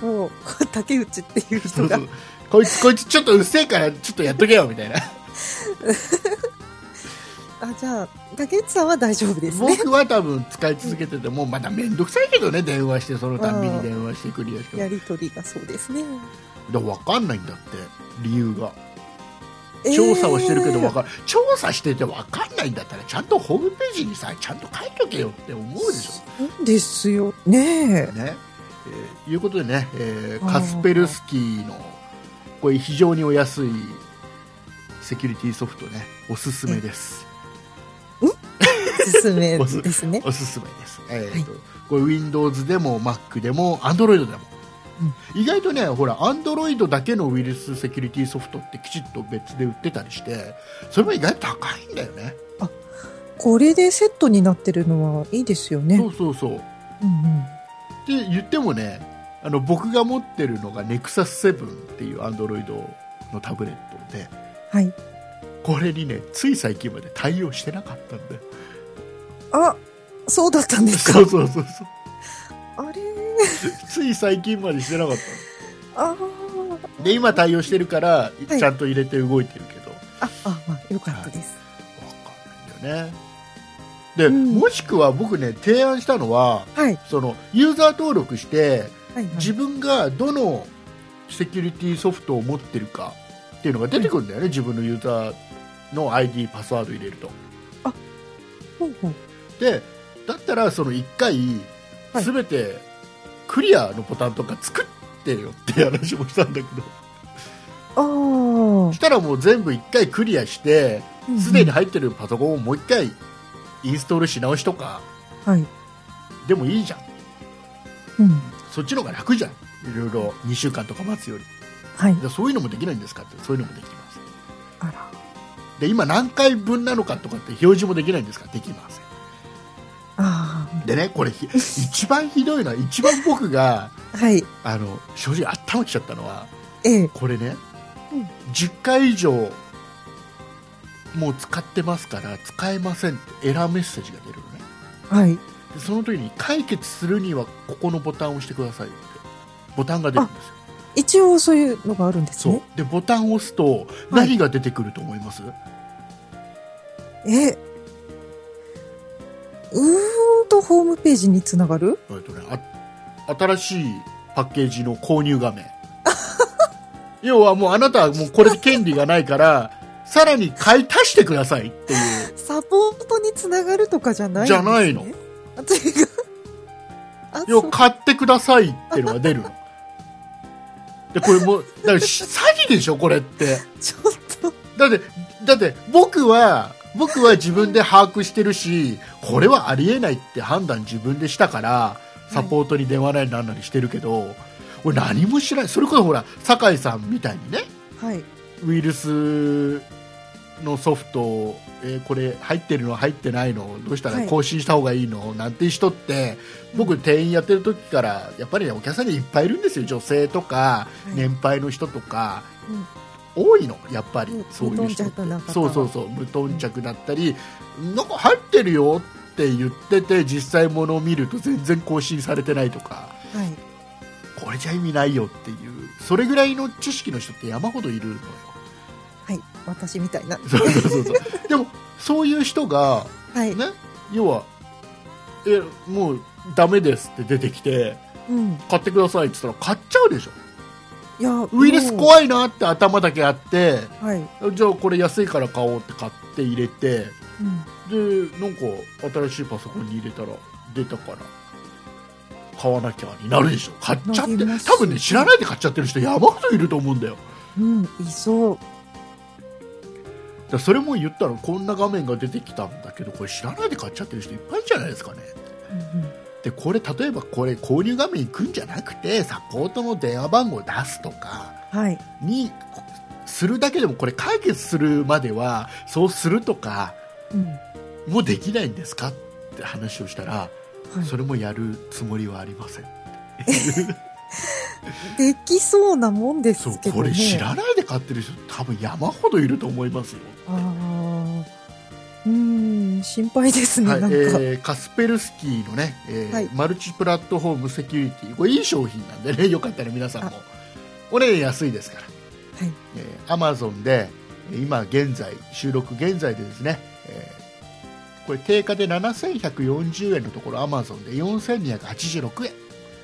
[SPEAKER 3] もう、竹内っていう
[SPEAKER 2] *laughs* そ
[SPEAKER 3] 人
[SPEAKER 2] うそ
[SPEAKER 3] が
[SPEAKER 2] うこいつ、こいつちょっとうっせえからちょっとやっとけよみ *laughs* たいな。
[SPEAKER 3] あ、じゃあ、竹内さんは大丈夫ですね。
[SPEAKER 2] 僕は多分使い続けてても、まだ面倒くさいけどね、電話して、そのたんびに電話してクリアしてもらう
[SPEAKER 3] やりとりがそうですね。
[SPEAKER 2] だから分かんないんだって理由が調査をしてるけどわかる、調査してて分かんないんだったらちゃんとホームページにさちゃんと書いとけよって思うでし
[SPEAKER 3] そうですよ
[SPEAKER 2] *laughs*
[SPEAKER 3] ね
[SPEAKER 2] ょ。ねえーいうことでね、えーカスペルスキーのこれ非常にお安いセキュリティソフトねおすすめです。
[SPEAKER 3] おすすめですね。
[SPEAKER 2] おすすめです、えーとこれ Windows でも Mac でも Android でも、意外とねほら Android だけのウイルスセキュリティソフトってきちっと別で売ってたりしてそれも意外と高いんだよね
[SPEAKER 3] これでセットになってるのはいいですよね。
[SPEAKER 2] そうそうそうっ
[SPEAKER 3] うんうん
[SPEAKER 2] て言ってもねあの僕が持ってるのが Nexus7 っていう Android のタブレットで
[SPEAKER 3] はい。
[SPEAKER 2] これにねつい最近まで対応してなかったんで
[SPEAKER 3] あ、そうだったんですか
[SPEAKER 2] そ。うそうそうそう
[SPEAKER 3] あれ、
[SPEAKER 2] つい最近までしてなかった
[SPEAKER 3] あ
[SPEAKER 2] ので今対応してるから
[SPEAKER 3] はい
[SPEAKER 2] ちゃんと入れて動いてるけど、
[SPEAKER 3] あ、あ、あ、まあ、よかったです。
[SPEAKER 2] わかんないんだよねで、
[SPEAKER 3] うん
[SPEAKER 2] もしくは僕ね提案したのは
[SPEAKER 3] はい、
[SPEAKER 2] そのユーザー登録して
[SPEAKER 3] はい、はい。
[SPEAKER 2] 自分がどのセキュリティソフトを持ってるかっていうのが出てくるんだよね、自分のユーザーの ID パスワード入れると
[SPEAKER 3] ほうほう
[SPEAKER 2] でだったらその1回
[SPEAKER 3] はい
[SPEAKER 2] 全てクリアのボタンとか作ってよって話もしたんだけど
[SPEAKER 3] あ
[SPEAKER 2] そしたらもう全部1回クリアして
[SPEAKER 3] あ、
[SPEAKER 2] すでに入ってるパソコンをもう1回インストールし直しとか
[SPEAKER 3] はい。
[SPEAKER 2] でもいいじゃん
[SPEAKER 3] うん。
[SPEAKER 2] そっちの方が楽じゃんいろいろ2週間とか待つより
[SPEAKER 3] はい。
[SPEAKER 2] でそういうのもできないんですかってそういうのもできます
[SPEAKER 3] あら。
[SPEAKER 2] で今何回分なのかとかって表示もできないんですかできません
[SPEAKER 3] あ
[SPEAKER 2] でねこれひ一番ひどいのは一番僕が
[SPEAKER 3] あ、はい。
[SPEAKER 2] あの正直頭きちゃったのは
[SPEAKER 3] ええ。
[SPEAKER 2] これね、
[SPEAKER 3] うん
[SPEAKER 2] 10回以上もう使ってますから使えませんってエラーメッセージが出るのね
[SPEAKER 3] はい。
[SPEAKER 2] でその時に解決するにはここのボタンを押してくださいってボタンが出るんですよ
[SPEAKER 3] 一応そういうのがあるんです
[SPEAKER 2] そう
[SPEAKER 3] ね。
[SPEAKER 2] でボタンを押すと何が出てくると思います、
[SPEAKER 3] ええ。うーんとホームページにつながる
[SPEAKER 2] えっとね、あ新しいパッケージの購入画面要はもうあなたはもうこれで権利がないからさらに買い足してくださいっていう
[SPEAKER 3] サポートにつながるとかじゃないんですね
[SPEAKER 2] じゃないの
[SPEAKER 3] あ違うあ
[SPEAKER 2] 要
[SPEAKER 3] そ
[SPEAKER 2] は
[SPEAKER 3] う
[SPEAKER 2] 買ってくださいっていうのが出るのでこれもうだからし詐欺でしょこれって
[SPEAKER 3] ちょっと
[SPEAKER 2] だってだって僕は僕は自分で把握してるしこれはありえないって判断自分でしたからサポートに電話なりなんなりしてるけど、俺何も知らないそれこそほら酒井さんみたいにね
[SPEAKER 3] はい
[SPEAKER 2] ウイルスのソフトを、えーこれ入ってるの入ってないのどうした
[SPEAKER 3] は
[SPEAKER 2] ら
[SPEAKER 3] い
[SPEAKER 2] 更新した方がいいの、なんていう人って僕店員やってる時からやっぱりねお客さんにいっぱいいるんですよ女性とか
[SPEAKER 3] い
[SPEAKER 2] 年配の人とか、多いのやっぱり、
[SPEAKER 3] うん
[SPEAKER 2] そういう人って
[SPEAKER 3] 無頓着な方は
[SPEAKER 2] そうそうそう無頓着だったり、なんか入ってるよって言ってて実際ものを見ると全然更新されてないとか
[SPEAKER 3] はい
[SPEAKER 2] これじゃ意味ないよっていうそれぐらいの知識の人って山ほどいるのよ。
[SPEAKER 3] はい私みたいな
[SPEAKER 2] そうそうそうそうでもそういう人が
[SPEAKER 3] はい、
[SPEAKER 2] ね要はえもうダメですって出てきて
[SPEAKER 3] うん
[SPEAKER 2] 買ってくださいって言ったら買っちゃうでしょ
[SPEAKER 3] いや
[SPEAKER 2] ウイルス
[SPEAKER 3] もう
[SPEAKER 2] 怖いなって頭だけあって
[SPEAKER 3] はい、うん、
[SPEAKER 2] じゃあこれ安いから買おうって買って入れてでなんか新しいパソコンに入れたら出たから買わなきゃになるでしょ買っちゃって
[SPEAKER 3] なります
[SPEAKER 2] 多分ね知らないで買っちゃってる人山ほどいると思うんだよ
[SPEAKER 3] うん、いそう
[SPEAKER 2] だからそれも言ったらこんな画面が出てきたんだけどこれ知らないで買っちゃってる人いっぱいいるんじゃないですかね
[SPEAKER 3] うん
[SPEAKER 2] でこれ例えばこれ購入画面行くんじゃなくてサポートの電話番号を出すとか
[SPEAKER 3] うん、はい
[SPEAKER 2] にこするだけでもこれ解決するまではそうするとか
[SPEAKER 3] うんは
[SPEAKER 2] もうできないんですかって話をしたらそ
[SPEAKER 3] い、
[SPEAKER 2] れもやるつもりはありま
[SPEAKER 3] *laughs*
[SPEAKER 2] せん
[SPEAKER 3] できそうなもんです
[SPEAKER 2] そう
[SPEAKER 3] けど、
[SPEAKER 2] こ
[SPEAKER 3] ね、
[SPEAKER 2] れ知らないで買ってる人多分山ほどいると思いますよ
[SPEAKER 3] あーうん心配ですね、
[SPEAKER 2] はい
[SPEAKER 3] なんか、
[SPEAKER 2] えーカスペルスキーのね、えー
[SPEAKER 3] はい
[SPEAKER 2] マルチプラットフォームセキュリティこれいい商品なんでねよかったら皆さんもこれ安いですから、
[SPEAKER 3] はい
[SPEAKER 2] えー、Amazon でえー今現在収録現在でですね、えーこれ定価で7140円のところ Amazon で4286円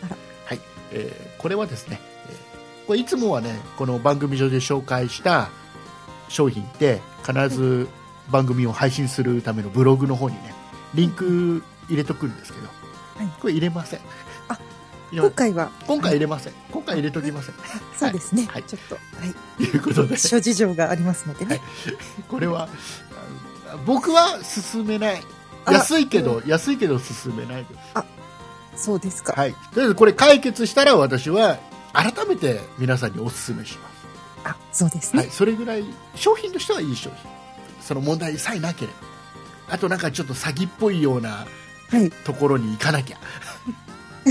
[SPEAKER 3] あら
[SPEAKER 2] はい、えーこれはですね、えーこれいつもはねこの番組上で紹介した商品って必ず番組を配信するためのブログの方にねリンク入れとくんですけど、
[SPEAKER 3] い
[SPEAKER 2] これ入れません
[SPEAKER 3] あ
[SPEAKER 2] 入れ
[SPEAKER 3] 今
[SPEAKER 2] ま
[SPEAKER 3] 回は、
[SPEAKER 2] 今回入れません今回入れときません
[SPEAKER 3] そうですね、
[SPEAKER 2] はい
[SPEAKER 3] ちょっと、は
[SPEAKER 2] と *laughs* いうことで
[SPEAKER 3] い、諸事情がありますのでね。
[SPEAKER 2] これはあの僕は勧めない
[SPEAKER 3] あ
[SPEAKER 2] 安いけど、安いけど勧めないです
[SPEAKER 3] そうですか。
[SPEAKER 2] はいとりあえずこれ解決したら私は改めて皆さんにお勧めします
[SPEAKER 3] あ、そうです
[SPEAKER 2] は
[SPEAKER 3] ね。
[SPEAKER 2] い、それぐらい商品としてはいい商品その問題さえなければあとなんかちょっと詐欺っぽいような
[SPEAKER 3] はい。
[SPEAKER 2] ところに行か *laughs* なきゃない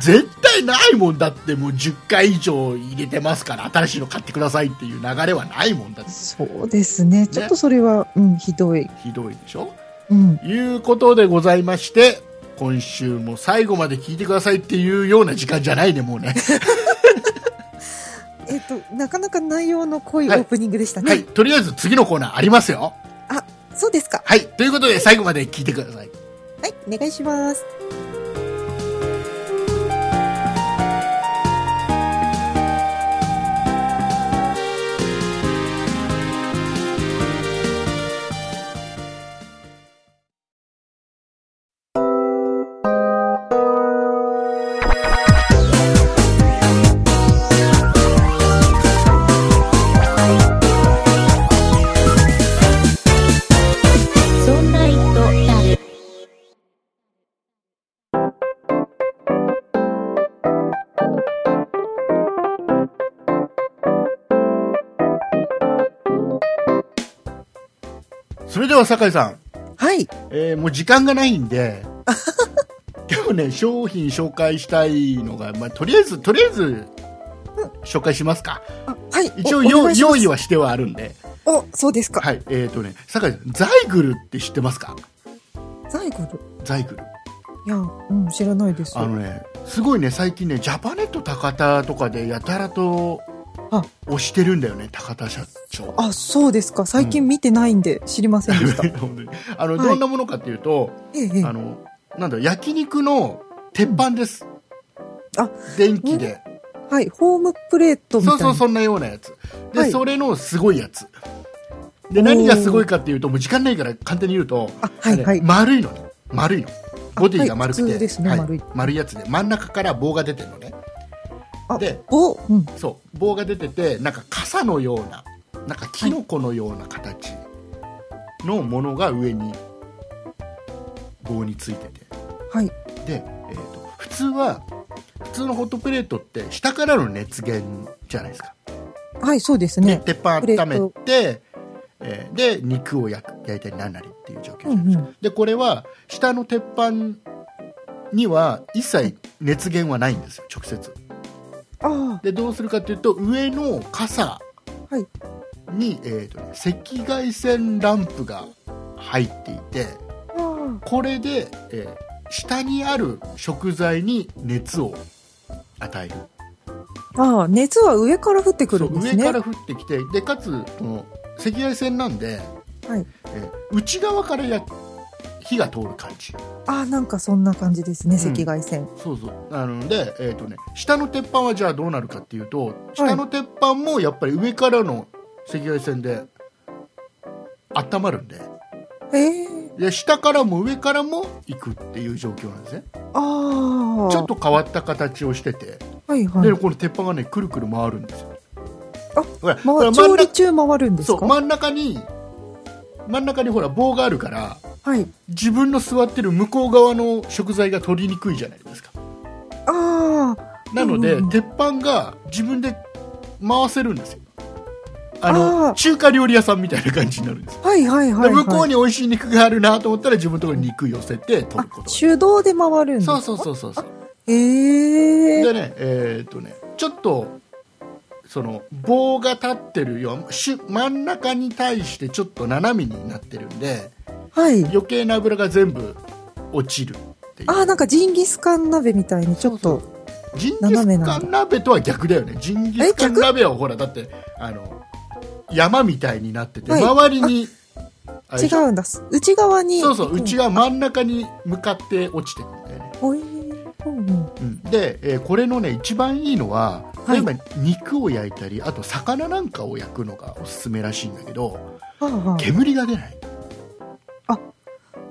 [SPEAKER 2] 絶対ないもんだってもう10回以上入れてますから新しいの買ってくださいっていう流れはないもんだって
[SPEAKER 3] そうですね。ちょっとそれは、うん、ひどい。
[SPEAKER 2] ひどいでしょ
[SPEAKER 3] うん。
[SPEAKER 2] いうことでございまして今週も最後まで聞いてくださいっていうような時間じゃないねもう
[SPEAKER 3] *laughs*
[SPEAKER 2] ね
[SPEAKER 3] えっと、なかなか内容の濃いオ
[SPEAKER 2] はい
[SPEAKER 3] ープニングでしたね。
[SPEAKER 2] はいとりあえず次のコーナーありますよ
[SPEAKER 3] そうですか。
[SPEAKER 2] はいということで最後まで聞いてください
[SPEAKER 3] はい、お願いします。
[SPEAKER 1] そんな糸だる。
[SPEAKER 2] それでは酒井さん
[SPEAKER 3] はい。
[SPEAKER 2] えーもう時間がないん
[SPEAKER 3] *laughs*
[SPEAKER 2] で今日ね商品紹介したいのが、まあ、とりあえずとりあえず紹介しますか
[SPEAKER 3] あはい。
[SPEAKER 2] 一応
[SPEAKER 3] お
[SPEAKER 2] 用用意。
[SPEAKER 3] お願いし
[SPEAKER 2] はしてはあるんで
[SPEAKER 3] ますお、そうですか。
[SPEAKER 2] はいえっ、とね酒井さんザイグルって知ってますか
[SPEAKER 3] ザイグル。
[SPEAKER 2] ザイグル
[SPEAKER 3] いや、うん、知らないです。
[SPEAKER 2] あのねすごいね最近ねジャパネット高田とかでやたらと
[SPEAKER 3] あ
[SPEAKER 2] 押してるんだよね高田社長
[SPEAKER 3] あ、そうですか。最近見てないんで知りませんでした。
[SPEAKER 2] *laughs* 本当にあの、
[SPEAKER 3] はい
[SPEAKER 2] どんなものかっていうと
[SPEAKER 3] ええええ
[SPEAKER 2] あのなんだろう焼肉の鉄板です
[SPEAKER 3] あ
[SPEAKER 2] 電気で
[SPEAKER 3] はい。ホームプレートみた
[SPEAKER 2] そ
[SPEAKER 3] いうな。
[SPEAKER 2] そうそんなようなやつで、
[SPEAKER 3] はい
[SPEAKER 2] それのすごいやつで
[SPEAKER 3] おー
[SPEAKER 2] 何がすごいかっていうともう時間ないから簡単に言うと
[SPEAKER 3] あ、はい、は
[SPEAKER 2] あれ
[SPEAKER 3] い。
[SPEAKER 2] 丸いのね丸いのボディが丸くて、
[SPEAKER 3] はい普通ですね
[SPEAKER 2] はい
[SPEAKER 3] 丸い
[SPEAKER 2] やつで真ん中から棒が出てるのね
[SPEAKER 3] あ
[SPEAKER 2] で、
[SPEAKER 3] お、うん。
[SPEAKER 2] そう棒が出ててなんか傘のようななんかキノコのような形のものが上に棒についてて
[SPEAKER 3] はい。
[SPEAKER 2] で、えー、と普通は普通のホットプレートって下からの熱源じゃないですか
[SPEAKER 3] はい、そうです
[SPEAKER 2] で
[SPEAKER 3] ね。
[SPEAKER 2] 鉄板
[SPEAKER 3] プレ
[SPEAKER 2] 温め
[SPEAKER 3] ー
[SPEAKER 2] て、えーで肉を焼く焼いたりなんなりっていう状況
[SPEAKER 3] う
[SPEAKER 2] じゃない
[SPEAKER 3] ん
[SPEAKER 2] です
[SPEAKER 3] う
[SPEAKER 2] か、
[SPEAKER 3] ん。
[SPEAKER 2] でこれは下の鉄板には一切熱源はないんですよ直接
[SPEAKER 3] あ
[SPEAKER 2] でどうするかというと上の傘
[SPEAKER 3] はい
[SPEAKER 2] に、えーとね赤外線ランプが入っていて
[SPEAKER 3] あ。あ
[SPEAKER 2] これで、えー下にある食材に熱を与える
[SPEAKER 3] あああ、熱は上から降ってくるんです
[SPEAKER 2] そう
[SPEAKER 3] ね。
[SPEAKER 2] 上から降ってきてでかつこの赤外線なんで、
[SPEAKER 3] はい
[SPEAKER 2] え内側からや火が通る感じ
[SPEAKER 3] ああ、なんかそんな感じですね、
[SPEAKER 2] うん
[SPEAKER 3] 赤外線。
[SPEAKER 2] そうそうなので、えーとね、下の鉄板はじゃあどうなるかっていうと下の鉄板もやっぱり上からの赤外線で温まるんで
[SPEAKER 3] ええ
[SPEAKER 2] で下からも上からも行くっていう状況なんですね
[SPEAKER 3] ああ。
[SPEAKER 2] ちょっ。と変わった形をしてて
[SPEAKER 3] はいはい。
[SPEAKER 2] でこの鉄板がねくるくる回るんですよ
[SPEAKER 3] あ
[SPEAKER 2] ほらほ
[SPEAKER 3] ま
[SPEAKER 2] ら真
[SPEAKER 3] あ、
[SPEAKER 2] ん中
[SPEAKER 3] 調理中回るんです
[SPEAKER 2] そ
[SPEAKER 3] か
[SPEAKER 2] う真ん中に真ん中にほら棒があるから
[SPEAKER 3] はい。
[SPEAKER 2] 自分の座ってる向こう側の食材が取りにくいじゃないですか
[SPEAKER 3] あ
[SPEAKER 2] なので、
[SPEAKER 3] うんうん
[SPEAKER 2] 鉄板が自分で回せるんですよあの
[SPEAKER 3] あー
[SPEAKER 2] 中華料理屋さんみたいな感じになるんですよ
[SPEAKER 3] あ。はいはいは
[SPEAKER 2] で
[SPEAKER 3] い、はい。
[SPEAKER 2] 向こうに美味しい肉があるなと思ったら自分のところに肉寄せて取
[SPEAKER 3] あ
[SPEAKER 2] ることが、できる
[SPEAKER 3] 手動で回るんです
[SPEAKER 2] そ
[SPEAKER 3] か
[SPEAKER 2] うそうそうそうそう
[SPEAKER 3] ええ
[SPEAKER 2] でねえーっとねちょっとその棒が立ってるよしゅ真ん中に対してちょっと斜めになってるんで
[SPEAKER 3] はい。
[SPEAKER 2] 余計な油が全部落ちるっていう
[SPEAKER 3] ああ、なんかジンギスカン鍋みたいにちょっと。
[SPEAKER 2] ジンギ
[SPEAKER 3] 斜め
[SPEAKER 2] ス
[SPEAKER 3] な
[SPEAKER 2] カ
[SPEAKER 3] んだ
[SPEAKER 2] ン鍋とは逆だよねジンギスカン
[SPEAKER 3] え逆
[SPEAKER 2] 鍋はほらだってあの山みたいになってて、
[SPEAKER 3] はい
[SPEAKER 2] 周りにあれ
[SPEAKER 3] 違
[SPEAKER 2] でしょ
[SPEAKER 3] うんだ。内側に。
[SPEAKER 2] そうそううち
[SPEAKER 3] 側。
[SPEAKER 2] が真ん中に向かって落ちてくんだよね、
[SPEAKER 3] おい。うんうん。
[SPEAKER 2] うんで、えーこれのね一番いいのは
[SPEAKER 3] は
[SPEAKER 2] 例
[SPEAKER 3] い
[SPEAKER 2] えば肉を焼いたりあと魚なんかを焼くのがおすすめらしいんだけど
[SPEAKER 3] はあはあ
[SPEAKER 2] 煙が出ない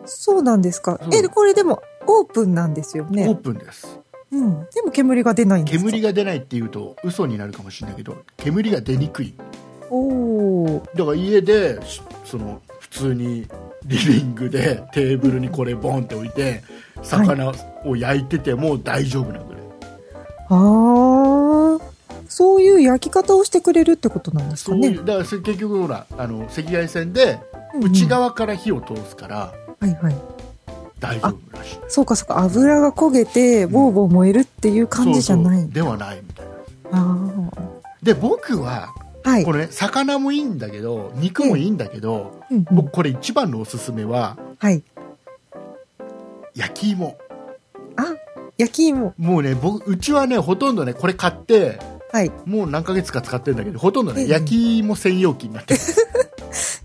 [SPEAKER 3] そうなんですか
[SPEAKER 2] う。ん
[SPEAKER 3] え、でこれでもオープンなんですよ
[SPEAKER 2] オー
[SPEAKER 3] ね。
[SPEAKER 2] プンです
[SPEAKER 3] うん。でも煙が出ないんですか。
[SPEAKER 2] 煙が出ないっていうと嘘になるかもしれないけど煙が出にくい
[SPEAKER 3] おー
[SPEAKER 2] だから家でしその普通にリビングでテーブルにこれボンって置いて魚を焼いてても大丈夫なぐらい、
[SPEAKER 3] ああ。そういう焼き方をしてくれるってことなんです
[SPEAKER 2] そ
[SPEAKER 3] か
[SPEAKER 2] うい
[SPEAKER 3] ね。
[SPEAKER 2] うだからそれ結局ほらあの赤外線で
[SPEAKER 3] うんうん
[SPEAKER 2] 内側から火を通すから
[SPEAKER 3] はいはい。
[SPEAKER 2] 大丈夫らしい、
[SPEAKER 3] そうかそうか。油が焦げて、ボーボー燃えるっていう感じじゃない。
[SPEAKER 2] そうそうではないみたいな
[SPEAKER 3] あ
[SPEAKER 2] で僕は
[SPEAKER 3] あ。はい。
[SPEAKER 2] これ、ね、魚もいいんだけど肉もいいんだけど、
[SPEAKER 3] うんうん
[SPEAKER 2] 僕これ一番のおすすめは
[SPEAKER 3] はい。
[SPEAKER 2] 焼き芋
[SPEAKER 3] あ、焼き芋。
[SPEAKER 2] もうね僕うちはねほとんどねこれ買って
[SPEAKER 3] はい。
[SPEAKER 2] もう何ヶ月か使ってるんだけどほとんど
[SPEAKER 3] う
[SPEAKER 2] ね
[SPEAKER 3] ん
[SPEAKER 2] 焼き芋専用機にな
[SPEAKER 3] *laughs*
[SPEAKER 2] ってる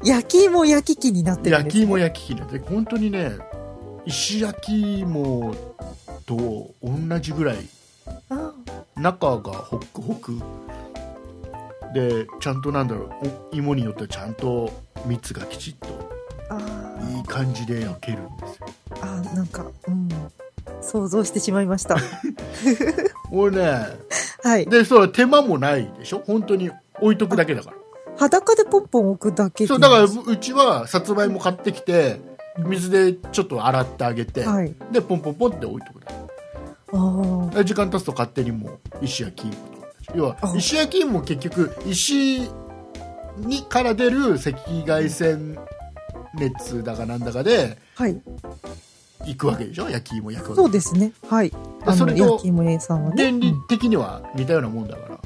[SPEAKER 3] 焼き芋焼き器になってるん
[SPEAKER 2] 焼
[SPEAKER 3] です。
[SPEAKER 2] き芋焼き器になってる本当にね石焼き芋と同じぐらい
[SPEAKER 3] あ
[SPEAKER 2] 中がホックホクでちゃんとなんだろうお芋によってはちゃんと蜜がきちっと
[SPEAKER 3] ああ
[SPEAKER 2] いい感じで焼けるんですよ
[SPEAKER 3] ああなんか、うん。想像してしまいました。 *laughs*
[SPEAKER 2] 俺ね
[SPEAKER 3] はい。
[SPEAKER 2] でそう手間もないでしょ本当に置いとくだけだから
[SPEAKER 3] 裸でポンポン置くだけで
[SPEAKER 2] そうだからうちはさつまいも買ってきて水でちょっと洗ってあげて、
[SPEAKER 3] はい。
[SPEAKER 2] でポンポンポンって置いとくだけ
[SPEAKER 3] ああ。
[SPEAKER 2] 時間経つと勝手にもう石焼き芋と同じ要は
[SPEAKER 3] あ
[SPEAKER 2] 石焼き芋も結局石にから出る赤外線熱だかなんだかで
[SPEAKER 3] はい。
[SPEAKER 2] 行くわけでしょ焼き芋焼くわけ
[SPEAKER 3] そうですね。はい。あ
[SPEAKER 2] そ
[SPEAKER 3] の、
[SPEAKER 2] れと
[SPEAKER 3] 焼き芋屋さんはね。
[SPEAKER 2] 原理的には似たようなもんだから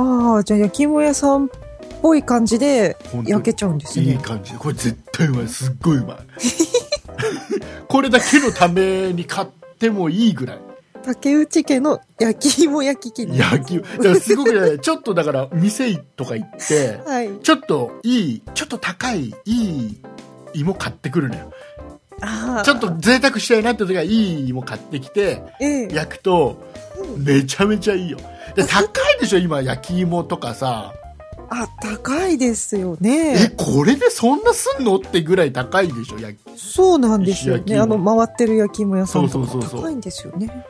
[SPEAKER 3] ああ、じゃあ焼き芋屋さんっぽい感じで
[SPEAKER 2] 本当に
[SPEAKER 3] 焼けちゃうんです
[SPEAKER 2] いい
[SPEAKER 3] ね。
[SPEAKER 2] 感じでこれ絶対うまいすっごいうまい *laughs* これだけのために買ってもいいぐらい
[SPEAKER 3] 竹内家の焼き芋焼き器に。
[SPEAKER 2] 焼き芋だからすごくねちょっとだから店とか行って
[SPEAKER 3] *laughs* はい。
[SPEAKER 2] ちょっといいちょっと高いいい芋買ってくるのよ
[SPEAKER 3] ああ。
[SPEAKER 2] ちょっと、贅沢したいなって時はいい芋買ってきて
[SPEAKER 3] ええ。
[SPEAKER 2] 焼くと
[SPEAKER 3] うん
[SPEAKER 2] めちゃめちゃいいよで高いでしょ今焼き芋とかさ
[SPEAKER 3] あ、高いですよ
[SPEAKER 2] え
[SPEAKER 3] ね。
[SPEAKER 2] これでそんなすんのってぐらい高いでしょ焼き
[SPEAKER 3] そうなんですよ
[SPEAKER 2] 石焼き
[SPEAKER 3] ね。
[SPEAKER 2] 芋
[SPEAKER 3] あの、回ってる焼き芋屋さんと
[SPEAKER 2] そ
[SPEAKER 3] か
[SPEAKER 2] うそうそうそう
[SPEAKER 3] 高いんですよね。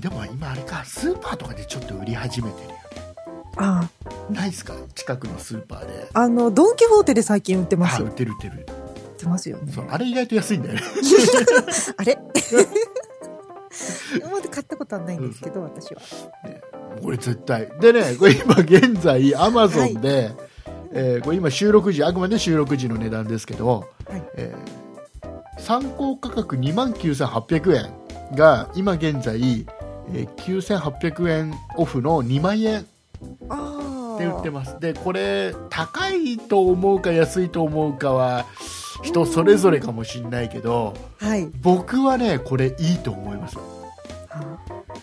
[SPEAKER 2] でも今あれかスーパーとかでちょっと売り始めてるよ
[SPEAKER 3] あ
[SPEAKER 2] ないっすか近くのスーパーで
[SPEAKER 3] あ。あの、ドン・キホーテで最近売ってま
[SPEAKER 2] あ
[SPEAKER 3] すよ。
[SPEAKER 2] 売
[SPEAKER 3] 売
[SPEAKER 2] ってる売ってる
[SPEAKER 3] ってま
[SPEAKER 2] *laughs*
[SPEAKER 3] すよね
[SPEAKER 2] そ。うあれ意外と安いんだよね
[SPEAKER 3] あれまだ買ったことはないんですけど、私は。
[SPEAKER 2] これ絶対でねこれ今現在アマゾンで、えーこれ今収録時あくまで収録時の値段ですけど、
[SPEAKER 3] はい
[SPEAKER 2] えー参考価格2万9800円が今現在、えー9800円オフの2万円って
[SPEAKER 3] ああ。
[SPEAKER 2] 売ってますでこれ高いと思うか安いと思うかは人それぞれかもしれないけど
[SPEAKER 3] はい。
[SPEAKER 2] 僕はねこれいいと思います
[SPEAKER 3] あ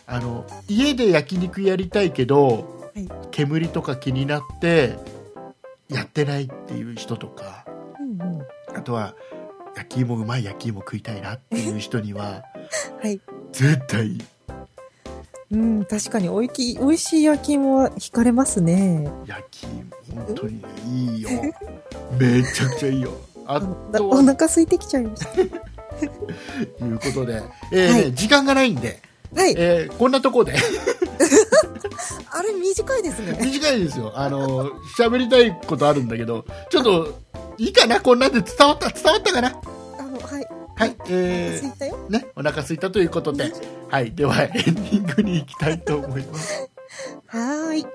[SPEAKER 2] あの家で焼肉やりたいけど、
[SPEAKER 3] はい
[SPEAKER 2] 煙とか気になってやってないっていう人とか
[SPEAKER 3] うんうん。
[SPEAKER 2] あとは焼き芋うまい焼き芋食いたいなっていう人に
[SPEAKER 3] *laughs*
[SPEAKER 2] は
[SPEAKER 3] はい。
[SPEAKER 2] 絶対いい
[SPEAKER 3] うん、確かにおいき、美味しい焼き芋は惹かれますね。
[SPEAKER 2] 焼き芋本当にねいいよめちゃくちゃ
[SPEAKER 3] *laughs*
[SPEAKER 2] いいよあ
[SPEAKER 3] あのだ
[SPEAKER 2] と
[SPEAKER 3] お
[SPEAKER 2] は
[SPEAKER 3] 腹空いてきちゃいました。
[SPEAKER 2] ということで、えーね
[SPEAKER 3] はい
[SPEAKER 2] 時間がないんで、
[SPEAKER 3] はい。
[SPEAKER 2] えーこんなところで *laughs*
[SPEAKER 3] あれ短いですね。
[SPEAKER 2] 短いですよあの喋りたいことあるんだけどちょっといいかなこんなんで伝わった伝わったかな
[SPEAKER 3] あの、はい。
[SPEAKER 2] はい、え
[SPEAKER 3] 空いたよ。
[SPEAKER 2] ー、ね、お腹空いたということで、はい、ではエンディングに行きたいと思います。
[SPEAKER 3] はーい。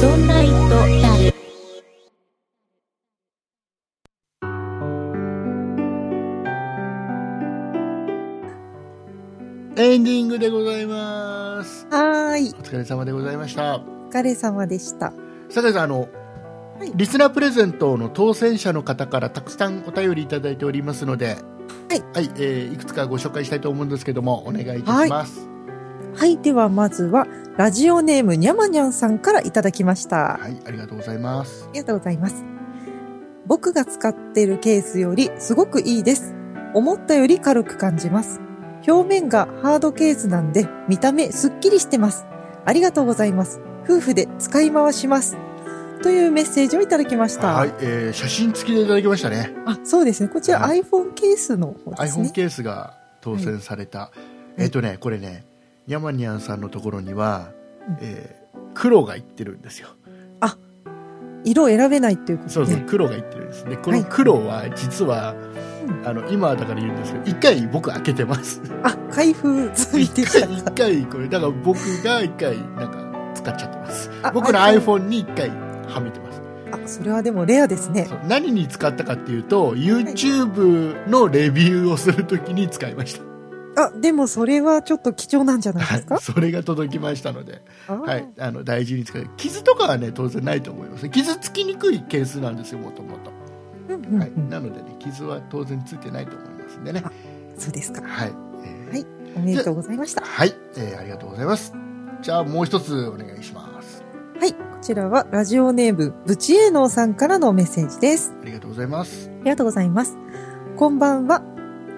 [SPEAKER 1] そんな糸だる。
[SPEAKER 2] エンディングでございます。
[SPEAKER 3] はーい
[SPEAKER 2] お。疲れ様でございました。
[SPEAKER 3] お疲れ様でした。
[SPEAKER 2] 酒井さん、あの、
[SPEAKER 3] はい
[SPEAKER 2] リスナープレゼントの当選者の方からたくさんお便りいただいておりますので、
[SPEAKER 3] はい
[SPEAKER 2] いえーいくつかご紹介したいと思うんですけどもお願いいたします。
[SPEAKER 3] はい。では、まずは、ラジオネームにゃまにゃんさんからいただきました。
[SPEAKER 2] はい、ありがとうございます
[SPEAKER 3] あ。りがとうございます。僕が使っているケースよりすごくいいです。思ったより軽く感じます。表面がハードケースなんで見た目すっきりしてます。ありがとうございます。夫婦で使い回します。というメッセージをいただきました。
[SPEAKER 2] はい、えー写真付きでいただきましたね。
[SPEAKER 3] あ、そうですね。こちら
[SPEAKER 2] は
[SPEAKER 3] iPhone ケースの方ですね
[SPEAKER 2] iPhone。ケースが当選された、
[SPEAKER 3] い
[SPEAKER 2] えっ、とねこれねヤマニャンさんのところには、
[SPEAKER 3] うん
[SPEAKER 2] えー黒がいってるんですよ
[SPEAKER 3] 色を選べないっていうこと
[SPEAKER 2] そうそう、
[SPEAKER 3] ね
[SPEAKER 2] 黒がいってるんですねこ
[SPEAKER 3] は
[SPEAKER 2] の
[SPEAKER 3] い
[SPEAKER 2] 黒は実は、
[SPEAKER 3] うん
[SPEAKER 2] あの今はだから言うんですけど一回僕開けて
[SPEAKER 3] *laughs*
[SPEAKER 2] ます
[SPEAKER 3] あ、開封ついて
[SPEAKER 2] 一
[SPEAKER 3] きた
[SPEAKER 2] 回。一回これだから僕が一回なんか使っちゃってます
[SPEAKER 3] あ
[SPEAKER 2] 僕の
[SPEAKER 3] iPhone
[SPEAKER 2] iPhone に一回はめてます
[SPEAKER 3] あ、それはでもレアですね
[SPEAKER 2] そ。う何に使ったかっていうと YouTube のレビューをするときに使いました
[SPEAKER 3] あ、でもそれはちょっと貴重なんじゃないですか
[SPEAKER 2] はい、それが届きましたのでは、
[SPEAKER 3] はい
[SPEAKER 2] あの大事に使う傷とかはね当然ないと思います傷つきにくい係数なんですよもともと、
[SPEAKER 3] うんうんうん
[SPEAKER 2] はい、なのでね傷は当然ついてないと思いますんでね
[SPEAKER 3] あそうですか。
[SPEAKER 2] はい、えー
[SPEAKER 3] はいおめでとうございました。
[SPEAKER 2] はい、えーありがとうございますじゃあもう一つお願いします
[SPEAKER 3] はい。こちらはラジオネーム、ブチエーノーさんからのメッセージです。
[SPEAKER 2] ありがとうございます
[SPEAKER 3] ありがとうございます。こんばんは。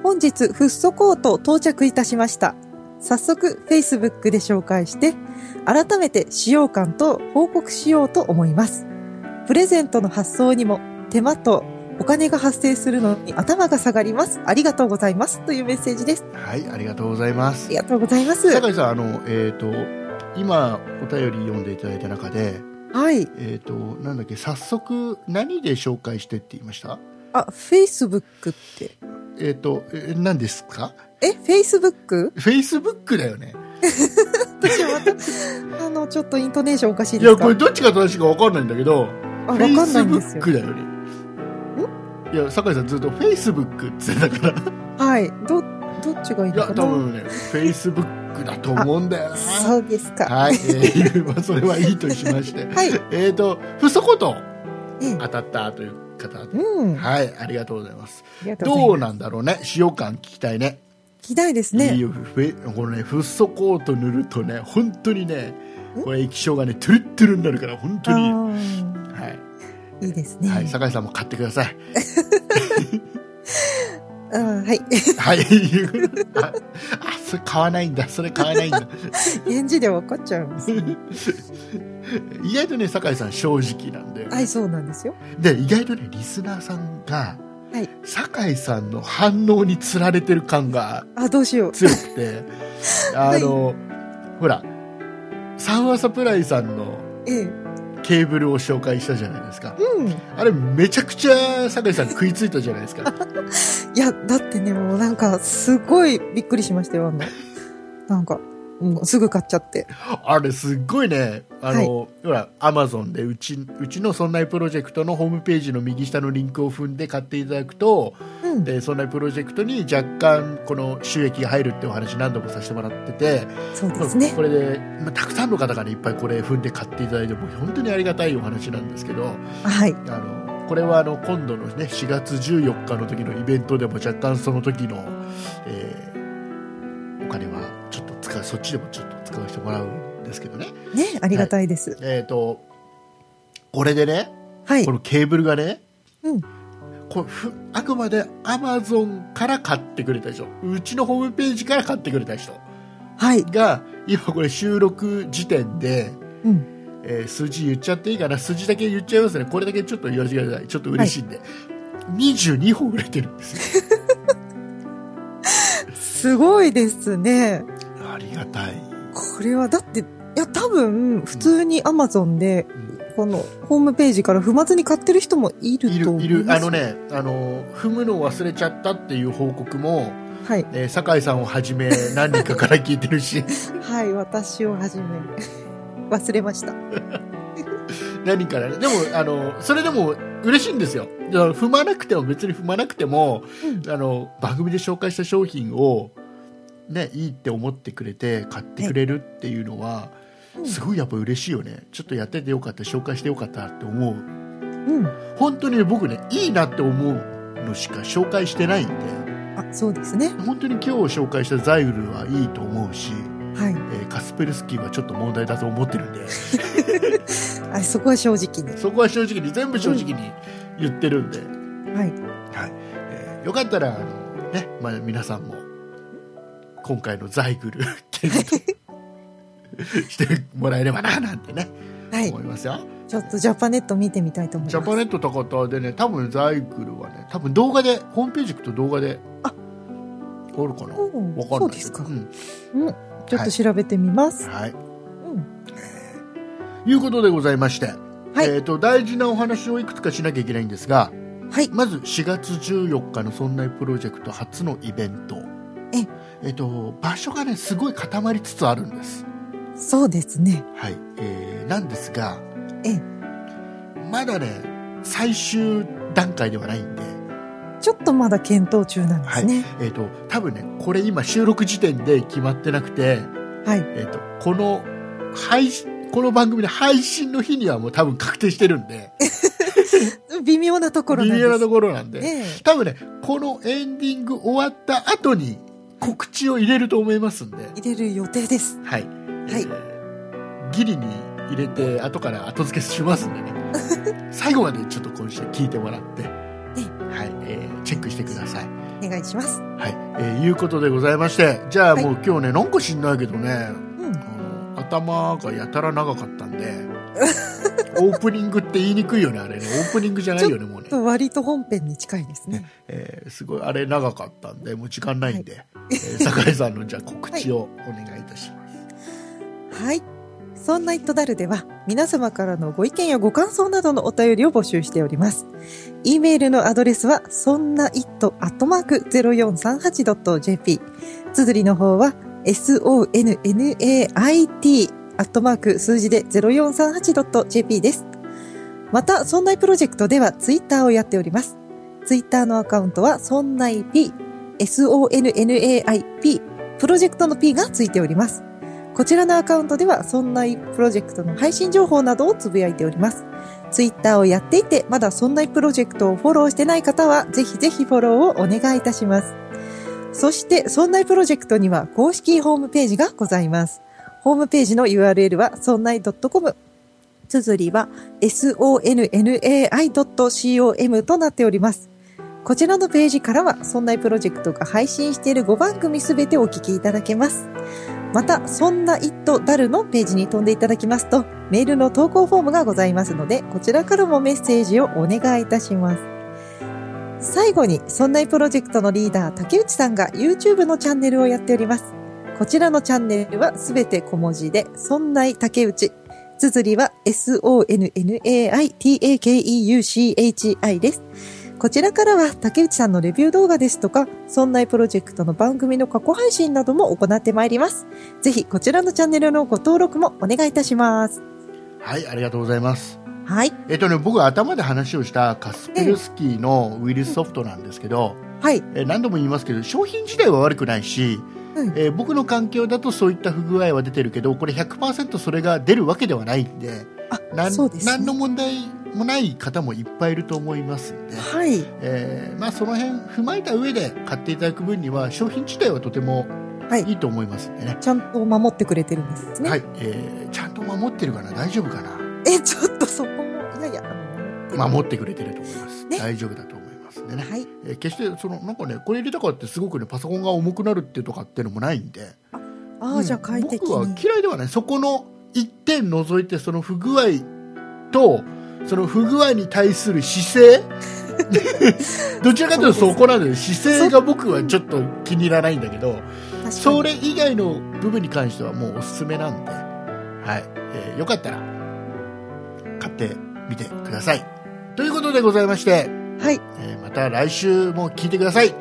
[SPEAKER 3] 本日、フッ素コート到着いたしました。早速、Facebook で紹介して、改めて使用感と報告しようと思います。プレゼントの発送にも、手間とお金が発生するのに頭が下がります。ありがとうございます。というメッセージです。
[SPEAKER 2] はいありがとうございま
[SPEAKER 3] あ
[SPEAKER 2] す
[SPEAKER 3] りがとうございます。
[SPEAKER 2] 酒井さんあのえっ、と今お便り読んでいただいた中で
[SPEAKER 3] はい。
[SPEAKER 2] えっ、となんだっけ早速何で紹介してって言いました
[SPEAKER 3] あ、Facebook って。
[SPEAKER 2] えっ、と、えー何ですか
[SPEAKER 3] え、Facebook? *laughs*
[SPEAKER 2] フェイスブックだよね
[SPEAKER 3] 私はまた、あの、ちょっとイントネーションおかしい
[SPEAKER 2] い
[SPEAKER 3] です
[SPEAKER 2] や
[SPEAKER 3] か
[SPEAKER 2] これどっちが正しいか分かんないんだけど
[SPEAKER 3] あ、わ
[SPEAKER 2] フェ
[SPEAKER 3] かん
[SPEAKER 2] イ
[SPEAKER 3] な
[SPEAKER 2] ス
[SPEAKER 3] いん
[SPEAKER 2] ブ
[SPEAKER 3] です
[SPEAKER 2] ッ
[SPEAKER 3] よ。
[SPEAKER 2] クだよね。いや、酒井さんずっとフェイスブックって言ってたから。
[SPEAKER 3] はい。ど、どっちがいい
[SPEAKER 2] い
[SPEAKER 3] の
[SPEAKER 2] や、
[SPEAKER 3] か
[SPEAKER 2] 多
[SPEAKER 3] な
[SPEAKER 2] 分ね、フェイスブックだと思うんだよな。
[SPEAKER 3] そうですか。
[SPEAKER 2] はい、えーまあ、それはいいとしまして。
[SPEAKER 3] はい。
[SPEAKER 2] えっと、ふそこと
[SPEAKER 3] ええ
[SPEAKER 2] 当たったという方で。
[SPEAKER 3] うん。あ
[SPEAKER 2] はい、ありがとうございます。
[SPEAKER 3] りがと
[SPEAKER 2] ど
[SPEAKER 3] うござ
[SPEAKER 2] う
[SPEAKER 3] います。
[SPEAKER 2] なんだろうね、使用感聞きたいね。
[SPEAKER 3] 聞きたいですね。
[SPEAKER 2] いいよ、フェこのね、フッ素コート塗るとね、本当にね、これ液晶がね、トゥルットゥルになるから、本
[SPEAKER 3] あ
[SPEAKER 2] 当に。
[SPEAKER 3] ー
[SPEAKER 2] はい、
[SPEAKER 3] いいですね。
[SPEAKER 2] はい、酒井さんも買ってください。
[SPEAKER 3] あーはい。 *laughs*
[SPEAKER 2] はい、いうあ、あそれ買わないんだ、それ買わないんだ。
[SPEAKER 3] 返事で分かっちゃい
[SPEAKER 2] *laughs*
[SPEAKER 3] ます。
[SPEAKER 2] 意外とね、酒井さん正直なんで。
[SPEAKER 3] はい、そうなんですよ。
[SPEAKER 2] で、意外とね、リスナーさんが、
[SPEAKER 3] はい
[SPEAKER 2] 酒井さんの反応につられてる感が
[SPEAKER 3] あ、どうしよう。
[SPEAKER 2] 強く
[SPEAKER 3] *laughs*
[SPEAKER 2] て、あの、ほら、サンワサプライさんの
[SPEAKER 3] ええ。
[SPEAKER 2] ケーブルを紹介したじゃないですか。
[SPEAKER 3] うん。い
[SPEAKER 2] あれ、めちゃくちゃ酒井さん食いついたじゃないですか。
[SPEAKER 3] や、だってね、もうなんか、すごいびっくりしましたよ、あの。なんか、うん、すぐ買っちゃって。
[SPEAKER 2] あれすっごいね、あの、ほら、アマゾンでうち、うちのそんないプロジェクトのホームページの右下のリンクを踏んで買っていただくと、
[SPEAKER 3] うん。
[SPEAKER 2] で、そんないプロジェクトに若干この収益が入るってお話何度もさせてもらってて、
[SPEAKER 3] そうですね
[SPEAKER 2] こ。れで、まあ、たくさんの方がね、いっぱいこれ踏んで買っていただいて、もう本当にありがたいお話なんですけど、
[SPEAKER 3] はい。
[SPEAKER 2] あの、これはあの、今度のね、4月14日の時のイベントでも若干その時の、えーお金はちょっと使う、そっちでもちょっと使わせてもらうんですけどね。
[SPEAKER 3] ね、ありがたいです。
[SPEAKER 2] えっ、と、これでね、
[SPEAKER 3] はい
[SPEAKER 2] こ。のケーブルがね、
[SPEAKER 3] うん
[SPEAKER 2] これふあくまでアマゾンから買ってくれた人、うちのホームページから買ってくれた人
[SPEAKER 3] はい。
[SPEAKER 2] が、今これ収録時点で、
[SPEAKER 3] うん。
[SPEAKER 2] えー数字言っちゃっていいかな、数字だけ言っちゃいますね。これだけちょっと言わせてください。ちょっと嬉しいんで。22本売れてるんですよ。
[SPEAKER 3] すごいですね。
[SPEAKER 2] ありがたい。
[SPEAKER 3] これはだって、いや、多分、普通に Amazon で、このホームページから踏まずに買ってる人もいる
[SPEAKER 2] い
[SPEAKER 3] と思
[SPEAKER 2] る、い
[SPEAKER 3] い
[SPEAKER 2] る。あ
[SPEAKER 3] ます。
[SPEAKER 2] の。ね、あの、踏むのを忘れちゃったっていう報告も、
[SPEAKER 3] はい。
[SPEAKER 2] えー酒井さんをはじめ何人かから聞いてるし、
[SPEAKER 3] はい、私をはじめ。 *laughs* 忘れました。
[SPEAKER 2] 何からねでもあのそれでも嬉しいんですよあの踏まなくても別に踏まなくても、
[SPEAKER 3] う
[SPEAKER 2] あの番組で紹介した商品を、ね、いいって思ってくれて買ってくれるっていうのは、
[SPEAKER 3] うん
[SPEAKER 2] すごいやっぱ嬉しいよねちょっとやっててよかった紹介してよかったって思う
[SPEAKER 3] うん。
[SPEAKER 2] 本当に僕ねいいなって思うのしか紹介してないんで
[SPEAKER 3] あ、そうですね。
[SPEAKER 2] 本当に今日紹介したザイルはいいと思うし、
[SPEAKER 3] はい
[SPEAKER 2] え。ーカスペルスキーはちょっと問題だと思ってるんで
[SPEAKER 3] あ、そこは正直に。
[SPEAKER 2] そこは正直に全部正直に言ってるんで、
[SPEAKER 3] はい。
[SPEAKER 2] えーよかったらあの、ねまあ、皆さんも今回のザイグル *laughs* 検討してもらえればななんてね、
[SPEAKER 3] はい
[SPEAKER 2] 思。いますよ
[SPEAKER 3] ちょっとジャパネット見てみたいと思いま
[SPEAKER 2] ジ
[SPEAKER 3] す。
[SPEAKER 2] ャパネット高田でね多分ザイグルはね多分動画でホームページ行くと動画で
[SPEAKER 3] あ
[SPEAKER 2] おるかな
[SPEAKER 3] おう
[SPEAKER 2] わかんない
[SPEAKER 3] そうですか
[SPEAKER 2] う。ん
[SPEAKER 3] うん。ちょっと調べてみます。
[SPEAKER 2] はい
[SPEAKER 3] うん。
[SPEAKER 2] いうことでございまして、
[SPEAKER 3] はい
[SPEAKER 2] えー、と大事なお話をいくつかしなきゃいけないんですが
[SPEAKER 3] はい。
[SPEAKER 2] まず4月14日の「そんなプロジェクト」初のイベント
[SPEAKER 3] え
[SPEAKER 2] えー、と場所がねすごい固まりつつあるんです、
[SPEAKER 3] そうですね。
[SPEAKER 2] はいえーなんですが
[SPEAKER 3] え
[SPEAKER 2] まだね最終段階ではないんで、
[SPEAKER 3] ちょっとまだ検討中なんで
[SPEAKER 2] は
[SPEAKER 3] す
[SPEAKER 2] い
[SPEAKER 3] ね。
[SPEAKER 2] えー、と多分ねこれ今収録時点で決まってなくて、
[SPEAKER 3] はい。
[SPEAKER 2] えー、とこの配信この番組の配信の日にはもう多分確定してるんで
[SPEAKER 3] 微妙なところ
[SPEAKER 2] 微
[SPEAKER 3] なんです。
[SPEAKER 2] 妙なところなんで、
[SPEAKER 3] ええ
[SPEAKER 2] 多分ねこのエンディング終わった後に告知を入れると思いますんで、はい
[SPEAKER 3] 入れる予定です。
[SPEAKER 2] はい
[SPEAKER 3] はい。
[SPEAKER 2] ギリに入れて後から後付けしますんでね *laughs* 最後までちょっと今週聞いてもらって、はいえーチェックしてください。
[SPEAKER 3] お願いします。
[SPEAKER 2] はいえーいうことでございましてじゃあもう今日ね、なんか知んないけどね
[SPEAKER 3] うん。
[SPEAKER 2] あの頭がやたら長かったんで *laughs* オープニングって言いにくいよねあれねオープニングじゃないよねもうね。
[SPEAKER 3] と割と本編に近いですね。
[SPEAKER 2] えーすごいあれ長かったんでもう時間ないんで、えー酒井さんのじゃあ告知をお願いいたします、
[SPEAKER 3] はい。そんなイットダルでは、皆様からのご意見やご感想などのお便りを募集しております。e メールのアドレスは、そんな it.0438.jp。綴りの方は、sonnait. アットマーク数字で 0438.jp です。また、そんないプロジェクトではツイッターをやっております。ツイッターのアカウントは、そんない p、sonnaip、プロジェクトの p がついております。こちらのアカウントでは、そんなプロジェクトの配信情報などをつぶやいております。ツイッターをやっていて、まだそんなプロジェクトをフォローしてない方は、ぜひぜひフォローをお願いいたします。そして、そんなプロジェクトには公式ホームページがございます。ホームページの URL は、そんない .com。綴りは、sonnai.com となっております。こちらのページからは、そんなプロジェクトが配信している5番組すべてお聞きいただけます。また、そんな it ダルのページに飛んでいただきますと、メールの投稿フォームがございますので、こちらからもメッセージをお願いいたします。最後に、そんなプロジェクトのリーダー、竹内さんが YouTube のチャンネルをやっております。こちらのチャンネルはすべて小文字で、そんな竹内。綴りは sonnaitakeuchi です。こちらからは竹内さんのレビュー動画ですとか、そんなプロジェクトの番組の過去配信なども行ってまいります。ぜひこちらのチャンネルのご登録もお願いいたします。
[SPEAKER 2] はいありがとうございます
[SPEAKER 3] はい。
[SPEAKER 2] えっとね僕頭で話をしたカスペルスキーのウイルスソフトなんですけど、
[SPEAKER 3] はい。
[SPEAKER 2] えー何度も言いますけど商品自体は悪くないし、
[SPEAKER 3] うん
[SPEAKER 2] えー僕の環境だとそういった不具合は出てるけどこれ100%それが出るわけではないんで
[SPEAKER 3] あ、
[SPEAKER 2] 何
[SPEAKER 3] そうです、ね。
[SPEAKER 2] 何の問題もない方もいっぱいいると思いますんで、
[SPEAKER 3] はい。
[SPEAKER 2] えーまあ、その辺踏まえた上で買っていただく分には商品自体はとても
[SPEAKER 3] はい
[SPEAKER 2] いいと思いますんでね。
[SPEAKER 3] ちゃんと守ってくれてるんですね。
[SPEAKER 2] はい、えーちゃんと守ってるかな大丈夫かな
[SPEAKER 3] え、ちょっとそこも、いやいや、あの
[SPEAKER 2] 守ってくれてると思います、
[SPEAKER 3] ね
[SPEAKER 2] 大丈夫だと思いますんでね、
[SPEAKER 3] はい。
[SPEAKER 2] えー決してそのなんかねこれ入れたからってすごくねパソコンが重くなるってとかっていうのもないんで
[SPEAKER 3] ああ、
[SPEAKER 2] うん
[SPEAKER 3] じゃあ快適
[SPEAKER 2] 僕は
[SPEAKER 3] に。
[SPEAKER 2] 嫌いではないそこの一点除いてその不具合とその不具合に対する
[SPEAKER 3] *laughs*
[SPEAKER 2] 姿勢どちらかというとそこなんだよ姿勢が僕はちょっと気に入らないんだけど
[SPEAKER 3] 確かに
[SPEAKER 2] それ以外の部分に関してはもうおすすめなんで、はいえーよかったら買ってみてくださいということでございまして、
[SPEAKER 3] はい。
[SPEAKER 2] えーまた来週も聞いてください、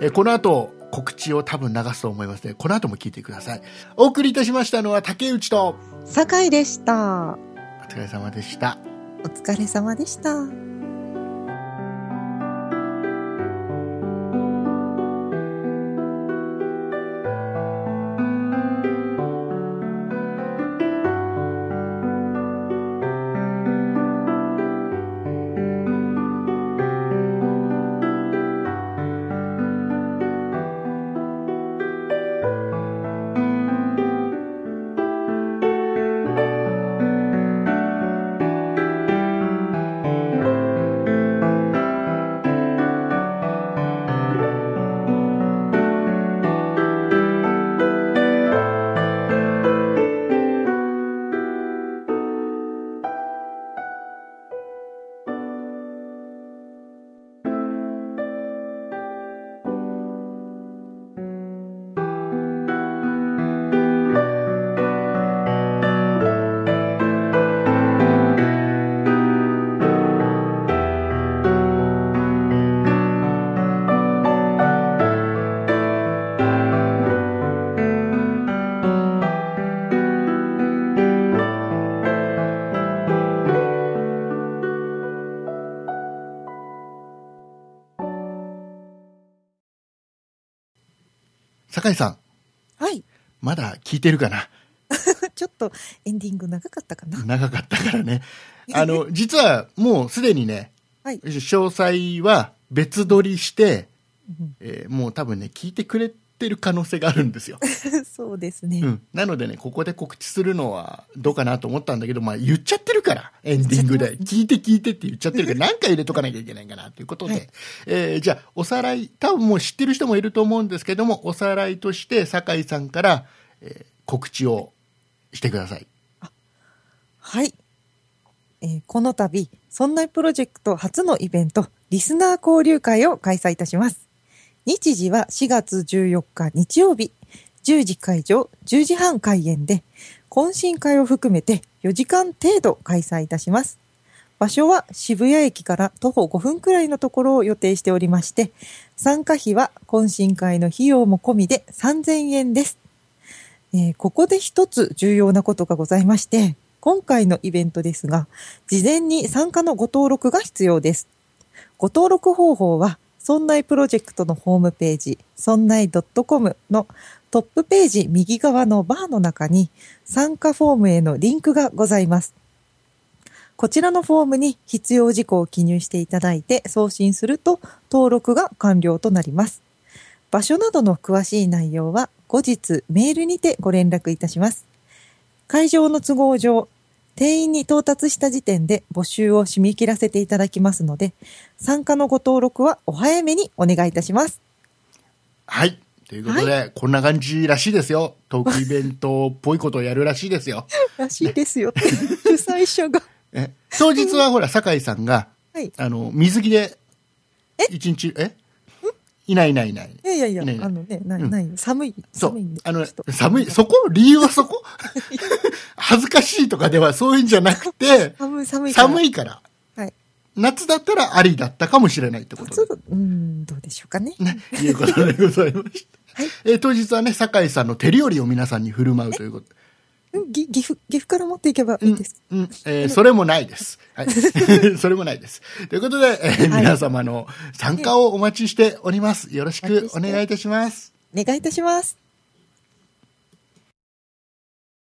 [SPEAKER 2] えーこの後告知を多分流すと思いますのでこの後も聞いてくださいお送りいたしましたのは竹内と
[SPEAKER 3] 酒井でし
[SPEAKER 2] お
[SPEAKER 3] た。
[SPEAKER 2] 疲れ様でした
[SPEAKER 3] お疲れ様でした。
[SPEAKER 2] 酒井さん、
[SPEAKER 3] はい。
[SPEAKER 2] まだ聞いてるかな
[SPEAKER 3] ちょっとエンディング長かったかな。
[SPEAKER 2] 長かったからね。あの、実はもうすでにね、
[SPEAKER 3] はい
[SPEAKER 2] 詳細は別撮りして、
[SPEAKER 3] うん
[SPEAKER 2] えーもう多分ね、聞いてくれてる可能性があるんですよ。
[SPEAKER 3] *laughs* そうですね。
[SPEAKER 2] うん。なのでね、ここで告知するのはどうかなと思ったんだけど、まあ言っちゃってるから、エンディングで。聞いて聞いてって言っちゃってるから、なんか入れとかなきゃいけないかなという *laughs* ことで。
[SPEAKER 3] はい
[SPEAKER 2] えーじゃあ、おさらい、多分もう知ってる人もいると思うんですけども、おさらいとして、酒井さんから、えー告知をしてください。
[SPEAKER 3] はい。えーこの度、そんなプロジェクト初のイベント、リスナー交流会を開催いたします。日時は4月14日日曜日、10時会場、10時半開演で、懇親会を含めて4時間程度開催いたします。場所は渋谷駅から徒歩5分くらいのところを予定しておりまして、参加費は懇親会の費用も込みで3000円です。えーここで一つ重要なことがございまして、今回のイベントですが、事前に参加のご登録が必要です。ご登録方法は、そんないプロジェクトのホームページ、そんない .com のトップページ右側のバーの中に参加フォームへのリンクがございます。こちらのフォームに必要事項を記入していただいて送信すると登録が完了となります。場所などの詳しい内容は後日メールにてご連絡いたします。会場の都合上、定員に到達した時点で募集を締め切らせていただきますので、参加のご登録はお早めにお願いいたします。
[SPEAKER 2] はい。ということで、こんな感じらしいですよ。トークイベントっぽいことをやるらしいです *laughs* よ。
[SPEAKER 3] らしいですよ。 *laughs* 主催者が。
[SPEAKER 2] え当日はほら、酒井さんが、
[SPEAKER 3] はい。
[SPEAKER 2] あの、水着で、一日、えいないいないいない。
[SPEAKER 3] いやいやいや、
[SPEAKER 2] いないいない
[SPEAKER 3] あのね、な
[SPEAKER 2] うん
[SPEAKER 3] ない、寒い。
[SPEAKER 2] そ
[SPEAKER 3] 寒
[SPEAKER 2] う
[SPEAKER 3] いんで。。
[SPEAKER 2] あの
[SPEAKER 3] ちょっと、
[SPEAKER 2] 寒い、そこ理由は
[SPEAKER 3] *laughs*
[SPEAKER 2] そこ恥ずかしいとかではそういうんじゃなくて、
[SPEAKER 3] 寒い、寒い。
[SPEAKER 2] 寒
[SPEAKER 3] い。
[SPEAKER 2] いから。
[SPEAKER 3] はい。
[SPEAKER 2] 夏だったらありだったかもしれないってこ
[SPEAKER 3] ちょ
[SPEAKER 2] と
[SPEAKER 3] っ
[SPEAKER 2] で。
[SPEAKER 3] と、うーん、どうでしょうかね。
[SPEAKER 2] ね、いうことでございました。
[SPEAKER 3] はい
[SPEAKER 2] えー当日はね、酒井さんの手料理を皆さんに振る舞うということで
[SPEAKER 3] うんぎ岐阜、岐阜から持っていけばいいです。
[SPEAKER 2] うん、えーそれもないです。
[SPEAKER 3] *laughs*
[SPEAKER 2] はい。それもないです。ということで、えー
[SPEAKER 3] はい
[SPEAKER 2] 皆様の参加をお待ちしております。よろしくお願いいたします。
[SPEAKER 3] お願いいたします。